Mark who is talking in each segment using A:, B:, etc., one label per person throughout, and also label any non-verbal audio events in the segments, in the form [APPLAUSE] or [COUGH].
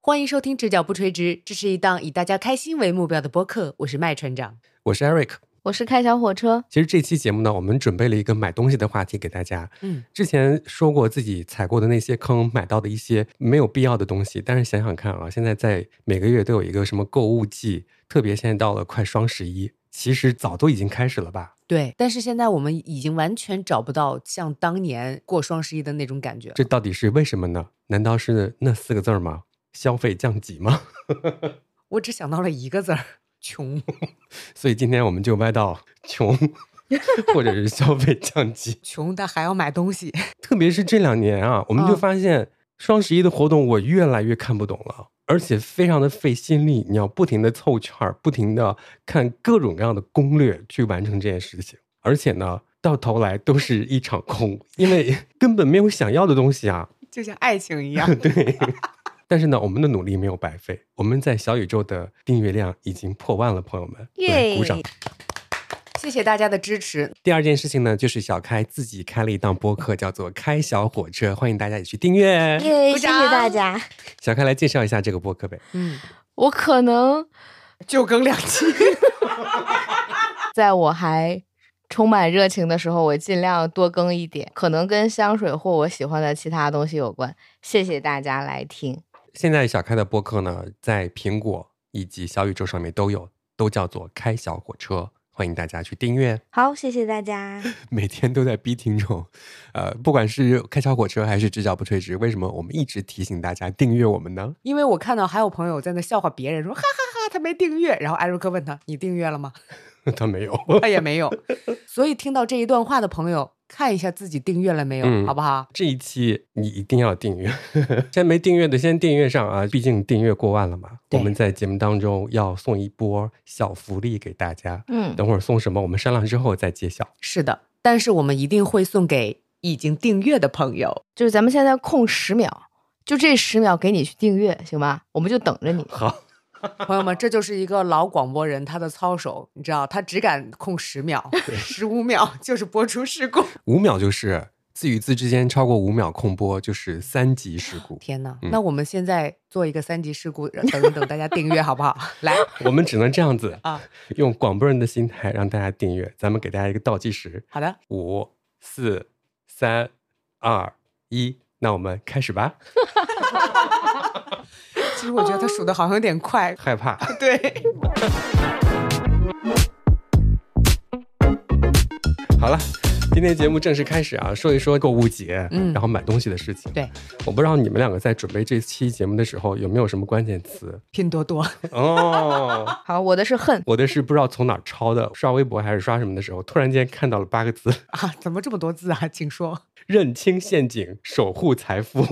A: 欢迎收听《直角不垂直》，这是一档以大家开心为目标的播客。我是麦船长，
B: 我是 Eric。
C: 我是开小火车，
B: 其实这期节目呢，我们准备了一个买东西的话题给大家。
A: 嗯，
B: 之前说过自己踩过的那些坑，买到的一些没有必要的东西，但是想想看啊，现在在每个月都有一个什么购物季，特别现在到了快双十一，其实早都已经开始了吧？
A: 对。但是现在我们已经完全找不到像当年过双十一的那种感觉了。
B: 这到底是为什么呢？难道是那四个字儿吗？消费降级吗？ [LAUGHS]
A: 我只想到了一个字儿：穷。
B: 所以今天我们就歪到穷， [LAUGHS] 或者是消费降级。
A: 穷但还要买东西。
B: 特别是这两年啊，我们就
C: 嗯
B: 发现双十一的活动我越来越看不懂了，而且非常的费心力，你要不停的凑券儿，不停的看各种各样的攻略去完成这件事情，而且呢，到头来都是一场空，因为 [LAUGHS] 根本没有想要的东西啊。。
A: 就像爱情一样
B: [LAUGHS] 对。但是呢，我们的努力没有白费，我们在小宇宙的订阅量已经破万了，朋友们，对，
C: 耶
B: 鼓掌！
C: [LAUGHS]
A: 谢谢大家的支持。
B: 第二件事情呢，就是小开自己开了一档播客，叫做《开小火车》，欢迎大家也去订阅。
C: 耶！
A: 鼓
C: 谢谢
A: 掌
C: 大家。
B: 小开来介绍一下这个播客呗。
A: 嗯，
C: 我可能
A: 就更两期。
C: 在我还充满热情的时候，我尽量多更一点，可能跟香水或我喜欢的其他东西有关。谢谢大家来听。
B: 现在小开的播客呢，在苹果以及小宇宙上面都有，都叫做《开小火车》，欢迎大家去订阅。
C: 好，谢谢大家。
B: 每天都在逼听众，呃，不管是开小火车还是直角不垂直，为什么我们一直提醒大家订阅我们呢？ [LAUGHS]
A: 因为我看到还有朋友在那笑话别人，说哈哈哈，他没订阅。然后艾瑞克问他：“你订阅了吗
B: 他没有。？”
A: 他也没有。所以听到这一段话的朋友，看一下自己订阅了没有，
B: 嗯
A: 好不好？
B: 这一期你一定要订阅， [LAUGHS] 先没订阅的先订阅上啊，毕竟订阅过万了嘛。我
A: 对
B: 们在节目当中要送一波小福利给大家，
C: 嗯，
B: 等会儿送什么我们商量之后再揭晓。
A: 是的，但是我们一定会送给已经订阅的朋
B: [LAUGHS]
A: 友。
C: 就是咱们现在空十秒，就这十秒给你去订阅，行吧？我们就等着你。
B: 好，
A: 朋友们，这就是一个老广播人他的操守，你知道，他只敢控十秒，十五秒 [LAUGHS] 就是播出事故。，
B: 五秒就是字与字之间超过五秒空播就是三级事故
A: 天哪！
B: 嗯
A: 那我们现在做一个三级事故，等一等大家订阅好不 [LAUGHS] 好？来，
B: 我们只能这样子
A: 啊，
B: [LAUGHS] 用广播人的心态让大家订阅。咱们给大家一个倒计时，
A: 好的，
B: 五、四、三、二、一，那我们开始吧。，
A: 其实我觉得他数的好像有点快 [LAUGHS]
B: 害怕。
A: 对， [LAUGHS]
B: 好了，今天节目正式开始啊，说一说购物节，
A: 嗯
B: 然后买东西的事情。
A: 对，
B: 我不知道你们两个在准备这期节目的时候有没有什么关键词
A: 拼多多，
B: 哦。
C: 好，我的是恨，
B: 我的是不知道从哪儿抄的，刷微博还是刷什么的时候，突然间看到了八个字：
A: 啊，怎么这么多字啊？请说。
B: 认清陷阱，守护财富。 [LAUGHS]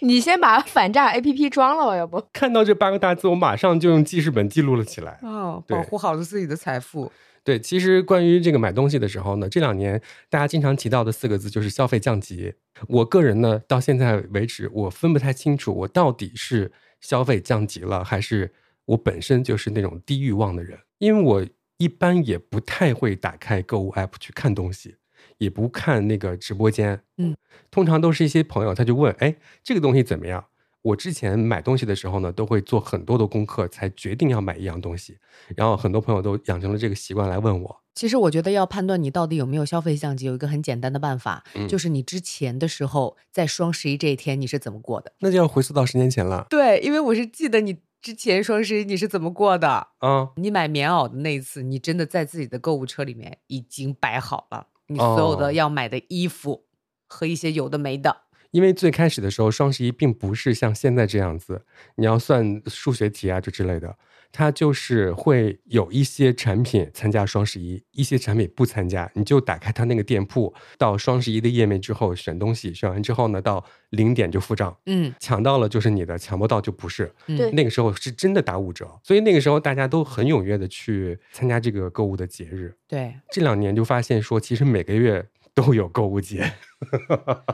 C: 你先把反诈 APP 装了吧，要不？
B: 看到这八个大字，我马上就用记事本记录了起来。
A: 哦，
B: 对
A: 保护好了自己的财富。
B: 对，其实关于这个买东西的时候呢，这两年大家经常提到的四个字就是消费降级。我个人呢，到现在为止，我分不太清楚我到底是消费降级了，还是我本身就是那种低欲望的人，因为我一般也不太会打开购物 app 去看东西，也不看那个直播间。
A: 嗯，
B: 通常都是一些朋友他就问，哎，这个东西怎么样？我之前买东西的时候呢，都会做很多的功课，才决定要买一样东西。然后很多朋友都养成了这个习惯来问我，
A: 其实我觉得要判断你到底有没有消费降级，有一个很简单的办法，
B: 嗯
A: 就是你之前的时候在双十一这一天你是怎么过的？
B: 那就要回溯到十年前了
A: 对，因为我是记得你之前双十一你是怎么过的。
B: 啊。
A: 你买棉袄的那一次，你真的在自己的购物车里面已经摆好了你所有
B: 哦
A: 的要买的衣服和一些有的没的。
B: 因为最开始的时候，双十一并不是像现在这样子，你要算数学题啊这之类的，它就是会有一些产品参加双十一，一些产品不参加，你就打开它那个店铺，到双十一的页面之后选东西，选完之后呢，到零点就付账。
A: 嗯，
B: 抢到了就是你的，抢不到就不是。
A: 嗯
C: 对
B: 那个时候是真的打五折，所以那个时候大家都很踊跃的去参加这个购物的节日。
A: 对。
B: 这两年就发现说，其实每个月都有购物节， [LAUGHS]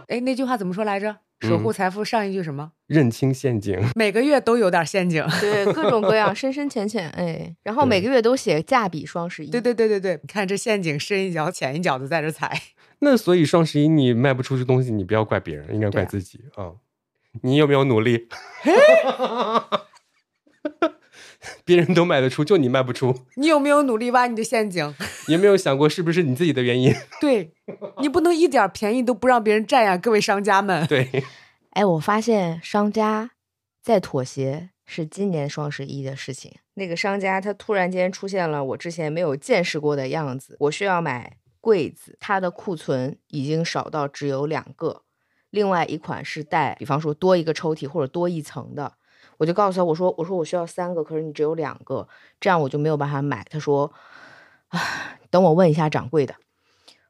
A: 哎，那句话怎么说来着？守
B: 啊嗯
A: 护财富上一句什么？
B: 认清陷阱。
A: 每个月都有点陷阱。 [LAUGHS]
C: 对，各种各样，深深浅浅，哎，然后每
B: 对
C: 个月都写价比双十一。
A: 对对对对对，你看这陷阱深一脚浅一脚的在这踩。 [LAUGHS]
B: 那所以双十一你卖不出去东西，你不要怪别人，应该怪
A: 对啊
B: 自己啊、你有没有努力？ [LAUGHS] 别人都卖得出，就你卖不出。
A: 你有没有努力挖你的陷阱？
B: 有没有想过是不是你自己的原因？ [LAUGHS]
A: 对你不能一点儿便宜都不让别人占呀，各位商家们。
B: 对，
C: 哎，我发现商家在妥协是今年双十一的事情。那个商家他突然间出现了我之前没有见识过的样子，我需要买柜子，它的库存已经少到只有两个，另外一款是带，比方说多一个抽屉或者多一层的。我就告诉他，我说我说我需要三个，可是你只有两个，这样我就没有办法买。他说，唉，等我问一下掌柜的。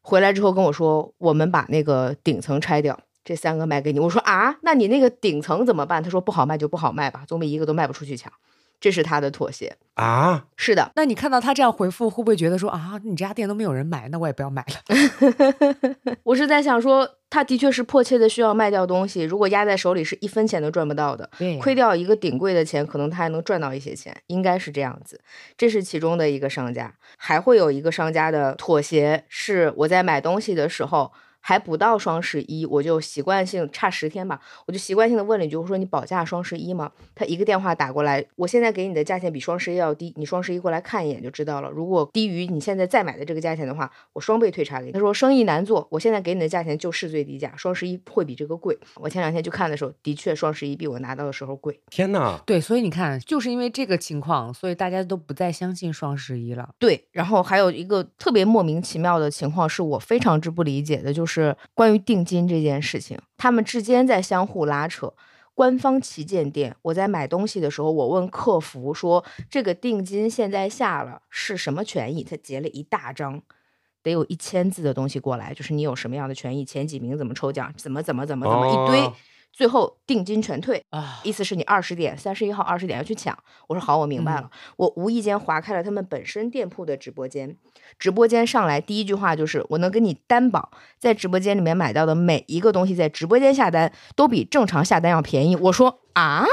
C: 回来之后跟我说，我们把那个顶层拆掉，这三个卖给你。我说啊，那你那个顶层怎么办？他说不好卖就不好卖吧，总比一个都卖不出去强。这是他的妥协。
B: 啊，
C: 是的，
A: 那你看到他这样回复，会不会觉得说啊，你这家店都没有人买，那我也不要买了？
C: 我是在想说，他的确是迫切的需要卖掉东西，如果压在手里是一分钱都赚不到的。
A: 对
C: 亏掉一个顶柜的钱，可能他还能赚到一些钱，应该是这样子。这是其中的一个商家，还会有一个商家的妥协是，我在买东西的时候还不到双十一，我就习惯性差十天吧，我就习惯性的问了一句，我说你保价双十一吗？他一个电话打过来，我现在给你的价钱比双十一要低，你双十一过来看一眼就知道了。如果低于你现在再买的这个价钱的话，我双倍退差给你。他说生意难做，我现在给你的价钱就是最低价，双十一会比这个贵。我前两天去看的时候，的确双十一比我拿到的时候贵。
B: 天哪！
A: 对，所以你看，就是因为这个情况，所以大家都不再相信双十一了。
C: 对，然后还有一个特别莫名其妙的情况，是我非常之不理解的，就是关于定金这件事情，他们之间在相互拉扯。官方旗舰店，我在买东西的时候，我问客服说这个定金现在下了是什么权益，他截了一大张，得有一千字的东西过来，就是你有什么样的权益，前几名怎么抽奖，怎么怎么怎么怎么一堆，
B: 哦
C: 最后定金全退。
A: 啊，
C: 意思是你二十点、三十一号二十点要去抢。我说好，我明白了。我无意间划开了他们本身店铺的直播间，直播间上来第一句话就是：我能跟你担保，在直播间里面买到的每一个东西，在直播间下单都比正常下单要便宜。我说啊，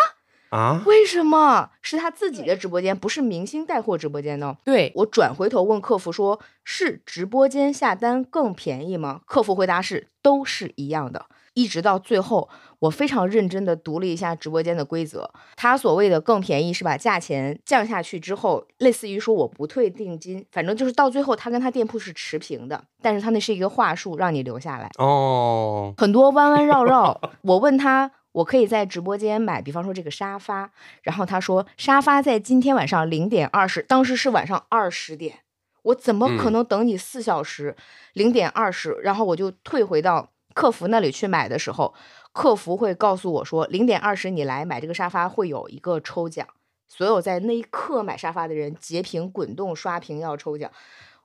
B: 啊，
C: 为什么？是他自己的直播间，不是明星带货直播间呢？哦
A: 对，
C: 我转回头问客服说：“是直播间下单更便宜吗？”客服回答是：“都是一样的。”一直到最后，我非常认真的读了一下直播间的规则，他所谓的更便宜是把价钱降下去之后，类似于说我不退定金，反正就是到最后他跟他店铺是持平的，但是他那是一个话术让你留下来。
B: 哦，
C: 很多弯弯绕绕。 [LAUGHS] 我问他，我可以在直播间买，比方说这个沙发，然后他说沙发在今天晚上零点二十，当时是晚上二十点，我怎么可
B: 嗯
C: 能等你四小时？零点二十，然后我就退回到客服那里去买的时候，客服会告诉我说，零点二十你来买这个沙发会有一个抽奖，所有在那一刻买沙发的人截屏、滚动、刷屏要抽奖。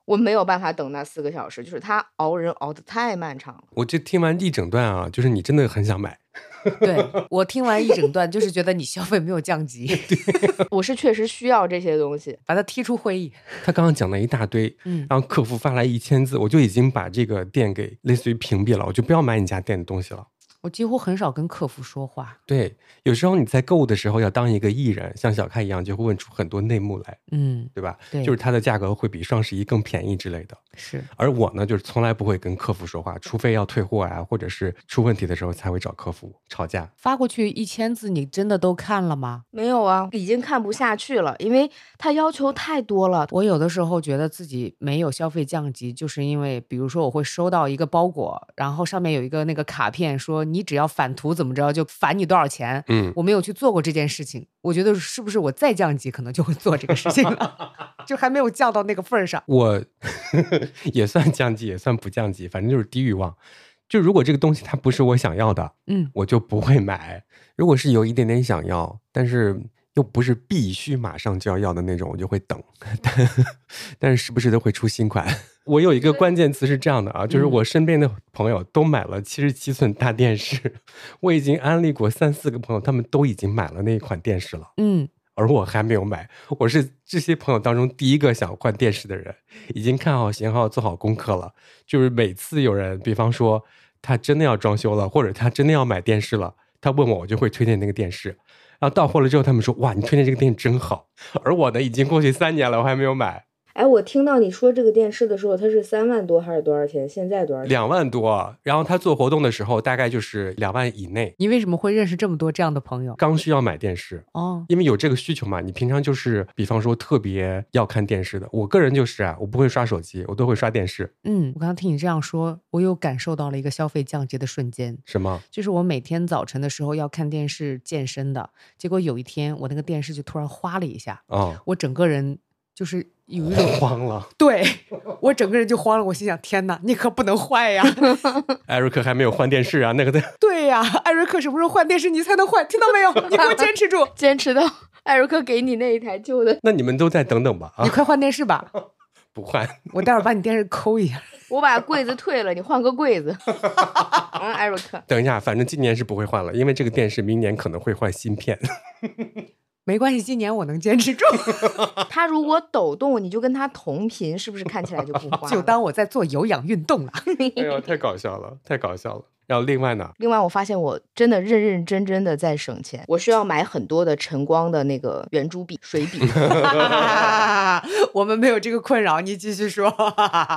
C: 我没有办法等那四个小时，就是他熬人熬得太漫长了。
B: 我这听完一整段啊，就是你真的很想买，
A: 对我听完一整段，就是觉得你消费没有降级，
C: 我是确实需要这些东西。
A: 把他踢出会议。
B: 他刚刚讲了一大堆，
A: 嗯，
B: 然后客服发来一千字，我就已经把这个店给类似于屏蔽了，我就不要买你家店的东西了。
A: 我几乎很少跟客服说话。
B: 对，有时候你在购物的时候要当一个艺人，像小开一样，就会问出很多内幕来，
A: 嗯，
B: 对吧？
A: 对，
B: 就是它的价格会比双十一更便宜之类的。
A: 是
B: 而我呢，就是从来不会跟客服说话，除非要退货啊，或者是出问题的时候才会找客服吵架。
A: 发过去一千字，你真的都看了吗？
C: 没有啊，已经看不下去了，因为它要求太多了。
A: 我有的时候觉得自己没有消费降级，就是因为，比如说我会收到一个包裹，然后上面有一个那个卡片，说你只要返图怎么着就返你多少钱。
B: 嗯，
A: 我没有去做过这件事情，我觉得是不是我再降级，可能就会做这个事情了， [LAUGHS] 就还没有降到那个份儿上。
B: 我 [LAUGHS] 也算降级，也算不降级，反正就是低欲望。就如果这个东西它不是我想要的，
A: 嗯，
B: 我就不会买；如果是有一点点想要，但是又不是必须马上就要要的那种，我就会等。 [LAUGHS] 但但是时不时的会出新款。 [LAUGHS] 我有一个关键词是这样的啊，就是我身边的朋友都买了七十七寸大电视， [LAUGHS] 我已经安利过三四个朋友，他们都已经买了那一款电视了。
A: 嗯，
B: 而我还没有买，我是这些朋友当中第一个想换电视的人，已经看好型号，做好功课了。就是每次有人，比方说他真的要装修了，或者他真的要买电视了，他问我，我就会推荐那个电视。然后到货了之后，他们说：“哇，你推荐这个电视真好。”而我呢，已经过去三年了，我还没有买。
C: 哎，我听到你说这个电视的时候，它是三万多还是多少钱？现在多少钱？，
B: 两万多，然后他做活动的时候大概就是两万以内。
A: 你为什么会认识这么多这样的朋友？
B: 刚需要买电视，
A: 哦，
B: 因为有这个需求嘛。你平常就是，比方说特别要看电视的，我个人就是啊，我不会刷手机，我都会刷电视。
A: 嗯，我刚刚听你这样说，我有感受到了一个消费降级的瞬间。
B: 什么？
A: 就是我每天早晨的时候要看电视健身的，结果有一天我那个电视就突然哗了一下，
B: 哦，
A: 我整个人就是有一种
B: [LAUGHS] 慌了。
A: 对我整个人就慌了，我心想：天哪，你可不能坏呀！
B: 艾瑞克还没有换电视啊，那个在，
A: 对呀、艾瑞克什么时候换电视你才能换？听到没有？你给我坚持住
C: [LAUGHS] 坚持到 [LAUGHS] 艾瑞克给你那一台旧的
B: 那你们都再等等吧
A: 你
B: 啊，
A: 快换电视吧，
B: 不换。
A: 我待会儿把你电视抠一下。
C: 我把柜子退了，你换个柜
A: [LAUGHS]
C: 子。嗯，艾瑞克，
B: 等一下，反正今年是不会换了，因为这个电视明年可能会换芯片。
A: 没关系，今年我能坚持住，
C: 他如果抖动，你就跟他同频，是不是看起来就不花
A: [LAUGHS]
C: 了？
A: 就当我在做有氧运动了。
B: [LAUGHS] 哎呦，太搞笑了，太搞笑了。然后另外呢，
C: 另外，我发现我真的认认真真的在省钱。我需要买很多的晨光的那个圆珠笔、水笔，
A: 我们没有这个困扰，你继续说。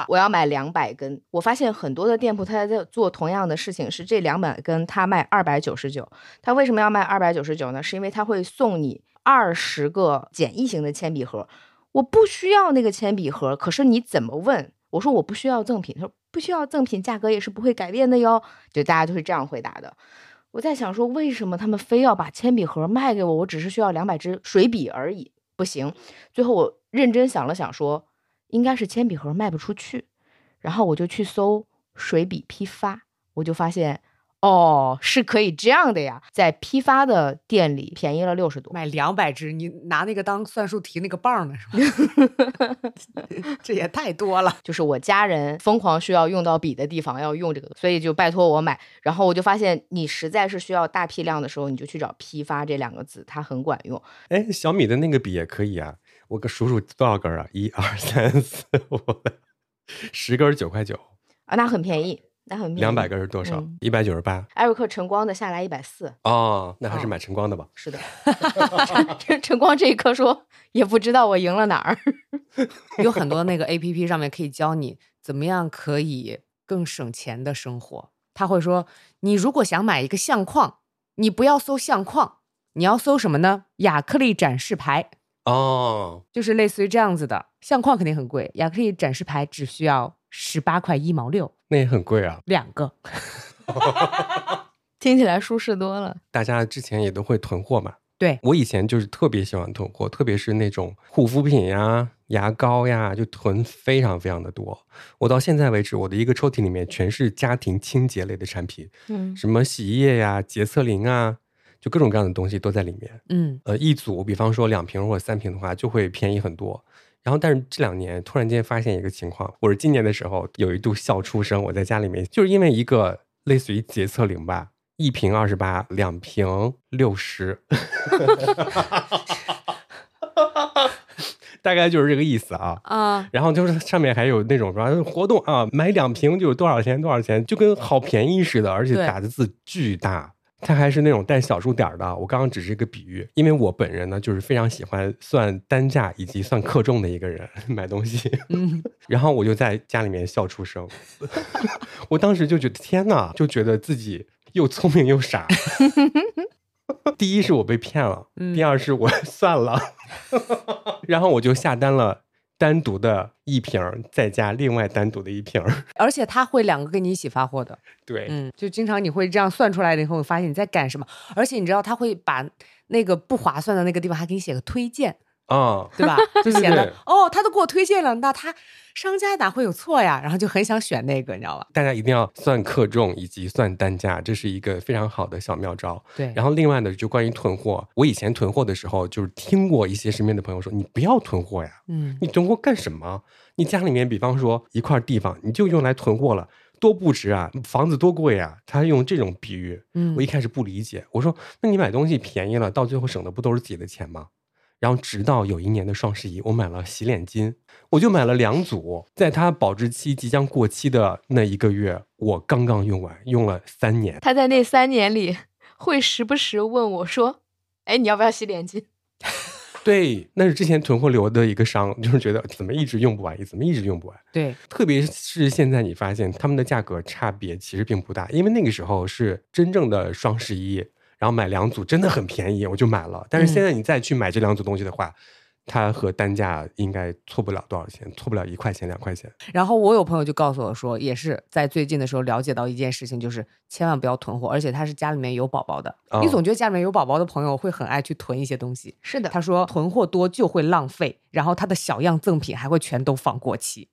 C: 我要买两百根。我发现很多的店铺它在做同样的事情，是这两百根它卖二百九十九。它为什么要卖二百九十九呢？是因为它会送你二十个简易型的铅笔盒。我不需要那个铅笔盒，可是你怎么问？我说我不需要赠品，他说不需要赠品，价格也是不会改变的哟。就大家都是这样回答的。我在想说，为什么他们非要把铅笔盒卖给我？我只是需要两百支水笔而已，不行。最后我认真想了想说，应该是铅笔盒卖不出去，然后我就去搜水笔批发，我就发现哦是可以这样的呀，在批发的店里便宜了六十多。
A: 买两百支，你拿那个当算术题那个棒呢，是吧？这也太多了。
C: 就是我家人疯狂需要用到笔的地方要用这个，所以就拜托我买。然后我就发现，你实在是需要大批量的时候，你就去找“批发”这两个字，它很管用。
B: 哎，小米的那个笔也可以啊，我个数数多少根儿啊？一二 [LAUGHS] 三四五，十根九块九，
C: 啊，那很便宜，那很便宜，
B: 两百。根是多少
C: 嗯？
B: 一百九十八。
C: 艾瑞克晨光的下来一百四，
B: 哦，那还是买晨光的吧。
C: 是的。晨晨光这一刻说也不知道我赢了哪儿，
A: 有很多那个 A P P 上面可以教你怎么样可以更省钱的生活。他会说，你如果想买一个相框，你不要搜相框，你要搜什么呢？亚克力展示牌，
B: 哦，
A: 就是类似于这样子的。相框肯定很贵，亚克力展示牌只需要十八块一毛六
B: 那也很贵啊。
A: 两个。
C: 听起来舒适多了。
B: 大家之前也都会囤货嘛。
A: 对
B: 我以前就是特别喜欢囤货，特别是那种护肤品呀、牙膏呀，就囤非常非常的多。我到现在为止，我的一个抽屉里面全是家庭清洁类的产品，
C: 嗯，
B: 什么洗衣液呀、洁厕灵啊，就各种各样的东西都在里面。
A: 嗯，
B: 呃，一组，比方说两瓶或者三瓶的话，就会便宜很多。然后，但是这两年突然间发现一个情况，我是今年的时候有一度笑出声。我在家里面就是因为一个类似于洁厕灵吧，一瓶二十八，两瓶六十， [LAUGHS] 大概就是这个意思啊。
A: 啊、
B: 然后就是上面还有那种什么活动啊，买两瓶就是多少钱多少钱，就跟好便宜似的，而且
A: 对
B: 打的字巨大。它还是那种带小数点儿的，我刚刚只是一个比喻，因为我本人呢就是非常喜欢算单价以及算克重的一个人，买东西，
A: 嗯，
B: 然后我就在家里面笑出声， [LAUGHS] 我当时就觉得天哪，就觉得自己又聪明又
A: [LAUGHS]
B: 傻。第一是我被骗了，
A: 嗯
B: 第二是我 [LAUGHS] 算了，然后我就下单了单独的一瓶儿，再加另外单独的一瓶儿。
A: [LAUGHS] 而且他会两个跟你一起发货的。
B: 对，
A: 嗯，就经常你会这样算出来了以后，发现你在干什么，而且你知道他会把那个不划算的那个地方还给你写个推荐，
B: 啊、
A: 对吧？就
B: 对对
A: 显得
B: 对
A: 哦，他都给我推荐了，那他商家哪会有错呀？然后就很想选那个，你知道吧？
B: 大家一定要算克重以及算单价，这是一个非常好的小妙招。
A: 对，
B: 然后另外呢，就关于囤货，我以前囤货的时候，就是听过一些身边的朋友说，你不要囤货呀，
A: 嗯，
B: 你囤货干什么？啊你家里面，比方说一块地方，你就用来囤货了，多不值啊！房子多贵啊！他用这种比喻，
A: 嗯
B: 我一开始不理解，我说那你买东西便宜了，到最后省的不都是自己的钱吗？然后直到有一年的双十一，我买了洗脸巾，我就买了两组，在它保质期即将过期的那一个月，我刚刚用完，用了三年。
C: 他在那三年里会时不时问我说：“哎，你要不要洗脸巾？”
B: 对，那是之前囤货留的一个伤，就是觉得怎么一直用不完，怎么一直用不完。
A: 对，
B: 特别是现在，你发现他们的价格差别其实并不大，因为那个时候是真正的双十一，然后买两组真的很便宜，我就买了。但是现在你再去买这两组东西的话，它和单价应该错不了多少钱，错不了一块钱两块钱。
A: 然后我有朋友就告诉我说，也是在最近的时候了解到一件事情，就是千万不要囤货，而且他是家里面有宝宝的，
B: 哦
A: 你总觉得家里面有宝宝的朋友会很爱去囤一些东西。
C: 是的，
A: 他说囤货多就会浪费，然后他的小样赠品还会全都放过期。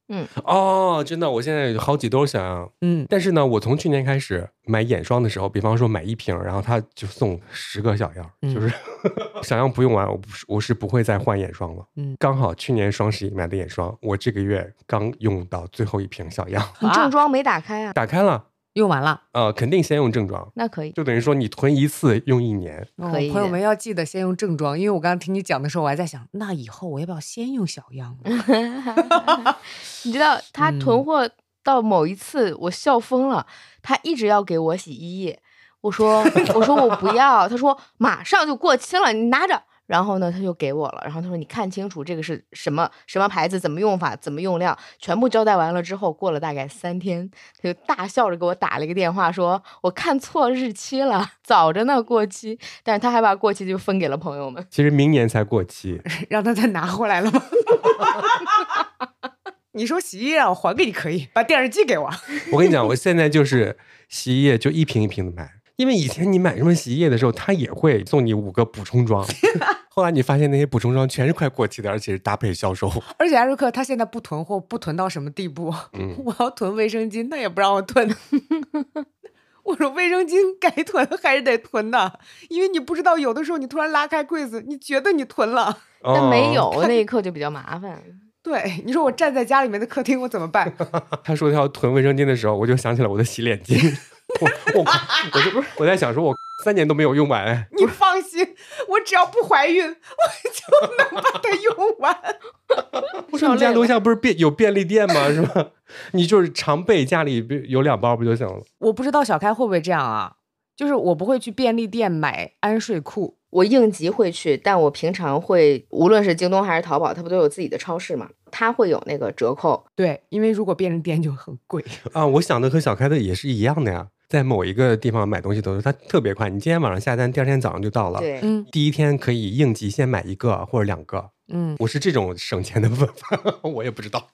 B: 哦，真的，我现在有好几都想要。
A: 嗯，
B: 但是呢，我从去年开始买眼霜的时候，比方说买一瓶，然后他就送十个小样，
A: 嗯
B: 就是 [LAUGHS] 小样不用完，我不是我是不会再换眼霜了。
A: 嗯
B: 刚好去年双十一买的眼霜，我这个月刚用到最后一瓶小样，
C: 你
A: 啊
C: 正装没打开啊？
B: 打开了，
A: 用完了，
B: 呃，肯定先用正装，
C: 那可以，
B: 就等于说你囤一次用一年。
A: 哦
C: 可以
A: 朋友
C: 的
A: 们要记得先用正装，因为我刚刚听你讲的时候，我还在想，那以后我要不要先用小样呢？
C: 你知道他囤
A: 嗯
C: 货到某一次，我笑疯了，他一直要给我洗衣液，我说我说我不要，他说马上就过期了，你拿着。然后呢，他就给我了。然后他说：“你看清楚这个是什么什么牌子，怎么用法，怎么用量，全部交代完了之后，过了大概三天，他就大笑着给我打了一个电话，说我看错日期了，早着呢过期。但是他还把过期就分给了朋友们。
B: 其实明年才过期，
A: 让他再拿回来了吗？ [LAUGHS] 你说洗衣液让我还给你可以，把电视机给我。
B: 我跟你讲，我现在就是洗衣液就一瓶一瓶的买，因为以前你买什么洗衣液的时候，它也会送你五个补充
C: [LAUGHS]
B: 装，后来你发现那些补充装全是快过期的，而且是搭配销售。
A: 而且艾瑞克他现在不囤货，不囤到什么地步？
B: 嗯
A: [LAUGHS] 我要囤卫生巾，他也不让我囤。 [LAUGHS] 我说卫生巾该囤还是得囤的，因为你不知道有的时候你突然拉开柜子，你觉得你囤了。
C: [LAUGHS] 但没
B: 哦。
C: 有那一刻就比较麻烦。
A: 对，你说我站在家里面的客厅，我怎么办？ [LAUGHS]
B: 哦他说他要囤卫生巾的时候，我就想起了我的洗脸
C: [LAUGHS]
B: 巾。我我我就不是我在想说，我 [LAUGHS] 三年都没有用完。哎
A: 你放心，我只要不怀孕，我就能把它用完。
B: 我说你家楼下不是便有便利店吗？是吧？你就是常备家里有两包不就行了？
A: 我不知道小开会不会这样啊？就是我不会去便利店买安睡裤。
C: 我应急会去，但我平常会，无论是京东还是淘宝，它不都有自己的超市嘛？它会有那个折扣。
A: 对，因为如果便利店就很贵。
B: 啊，我想的和小开的也是一样的呀。在某一个地方买东西的时候，它特别快，你今天晚上下单，第二天早上就到了。，
C: 对，
A: [LAUGHS] 嗯
B: 第一天可以应急先买一个或者两个。
A: 嗯，
B: 我是这种省钱的方法， [LAUGHS] 我也不
A: [LAUGHS]
B: 知道。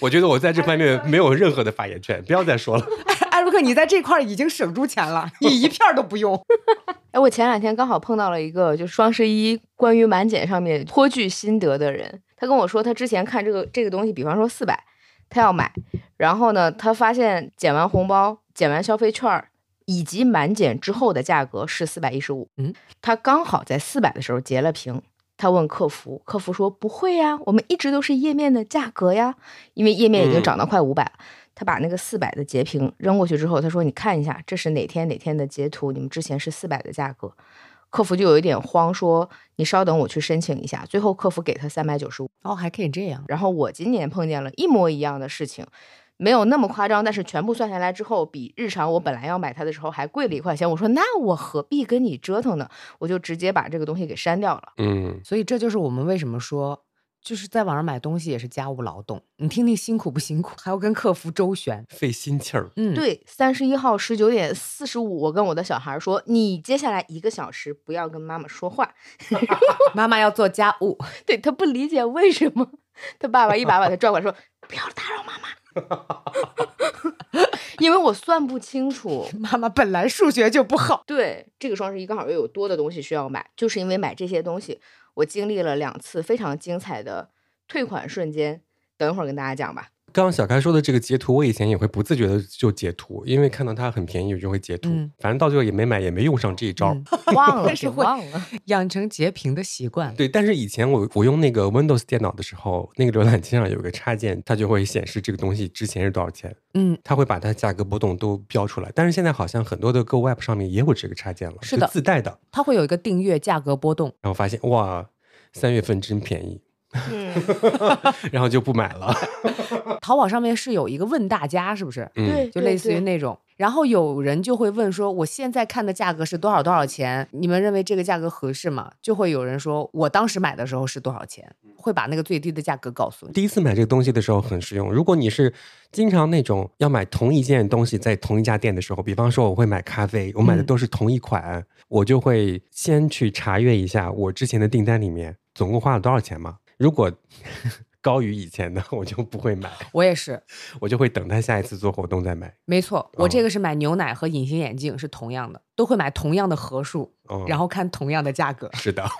B: 我觉得我在这方面没有任何的发言权，不要再说了。
A: 艾瑞克，你在这块儿已经省出钱了，你一片儿都不用。
C: 哎，我前两天刚好碰到了一个，就双十一关于满减上面颇具心得的人，他跟我说，他之前看这个这个东西，比方说四百，他要买，然后呢，他发现减完红包、减完消费券儿以及满减之后的价格是四百一十五，
A: 嗯，
C: 他刚好在四百的时候结了屏。他问客服，客服说不会呀，我们一直都是页面的价格呀，因为页面已经涨到快五百了。他把那个四百的截屏扔过去之后，他说：“你看一下，这是哪天哪天的截图？你们之前是四百的价格。”客服就有一点慌，说：“你稍等，我去申请一下。”最后客服给他三百九十五。
A: [LAUGHS] 哦，还可以这样。
C: 然后我今年碰见了一模一样的事情，没有那么夸张，但是全部算下来之后，比日常我本来要买它的时候还贵了一块钱。我说：“那我何必跟你折腾呢？”我就直接把这个东西给删掉了。
B: 嗯，
A: 所以这就是我们为什么说，就是在网上买东西也是家务劳动。你听听辛苦不辛苦，还要跟客服周旋。
B: 费心气儿。
A: 嗯，，
C: 对，三十一号十九点四十五，我跟我的小孩儿说：“你接下来一个小时不要跟妈妈说话。”
A: 妈妈要做家务。
C: 对他不理解为什么，他爸爸一把把他拽过来说：“不要打扰妈妈。” [LAUGHS] 因为我算不清楚，
A: 妈妈本来数学就不好。
C: 对这个双十一刚好又有多的东西需要买，就是因为买这些东西，我经历了两次非常精彩的退款瞬间。等一会儿跟大家讲吧。
B: 刚刚小开说的这个截图，我以前也会不自觉的就截图，因为看到它很便宜，我就会截图。
A: 嗯
B: 反正到最后也没买，也没用上这一招。
A: 嗯
C: 忘了，
A: 但是
C: 给
A: 会
C: 忘了。
A: [LAUGHS] 养成截屏的习惯。
B: 对，但是以前我我用那个 Windows 电脑的时候，那个浏览器上有一个插件，它就会显示这个东西之前是多少钱，
A: 嗯，
B: 它会把它价格波动都标出来。但是现在好像很多的购物 App 上面也有这个插件了，
A: 是的
B: 自带的。
A: 它会有一个订阅价格波动。
B: 然后发现哇，三月份真便宜， [LAUGHS]
C: 嗯，
A: [LAUGHS]
B: 然后就不买了。
A: 淘宝上面是有一个问大家，是不是？
B: 嗯，
C: 对，
A: 就
C: 对
A: 类似于
C: 对
A: 那种。然后有人就会问说，我现在看的价格是多少多少钱？你们认为这个价格合适吗？就会有人说，我当时买的时候是多少钱，会把那个最低的价格告诉你。
B: 第一次买这个东西的时候很实用。如果你是经常那种要买同一件东西在同一家店的时候，比方说我会买咖啡，我买的都是同一款，
A: 嗯
B: 我就会先去查阅一下我之前的订单里面总共花了多少钱嘛。如果高于以前的，我就不会
A: [LAUGHS]
B: 买，
A: 我也是，
B: 我就会等他下一次做活动再买。
A: 没错，我
B: 哦
A: 这个是买牛奶和隐形眼镜是同样的，都会买同样的盒数，
B: 嗯，
A: 然后看同样的价格。
B: 是的。 [LAUGHS]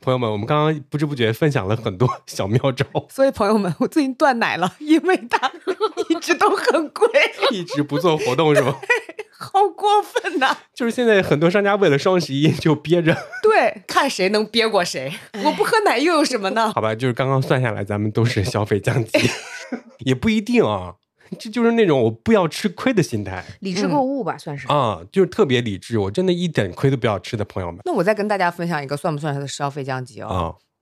B: 朋友们，我们刚刚不知不觉分享了很多小妙招，
A: 所以朋友们，我最近断奶了，因为它一直都很贵，
B: 一直不做活动是吗？ [LAUGHS]
A: 好过分呐、
B: 就是现在很多商家为了双十一就憋着，
A: 对，看谁能憋过谁。
C: 哎
A: 我不喝奶又有什么呢？
B: 好吧，就是刚刚算下来，咱们都是消费
A: [LAUGHS]
B: 降级，也不一定啊。这就是那种我不要吃亏的心态
A: [LAUGHS]
C: 理智
A: 嗯
C: 购物吧，算是。
B: 啊，就是特别理智，我真的一点亏都不要吃的朋友们
A: 那我再跟大家分享一个算不算是消费降级哦？
B: 啊，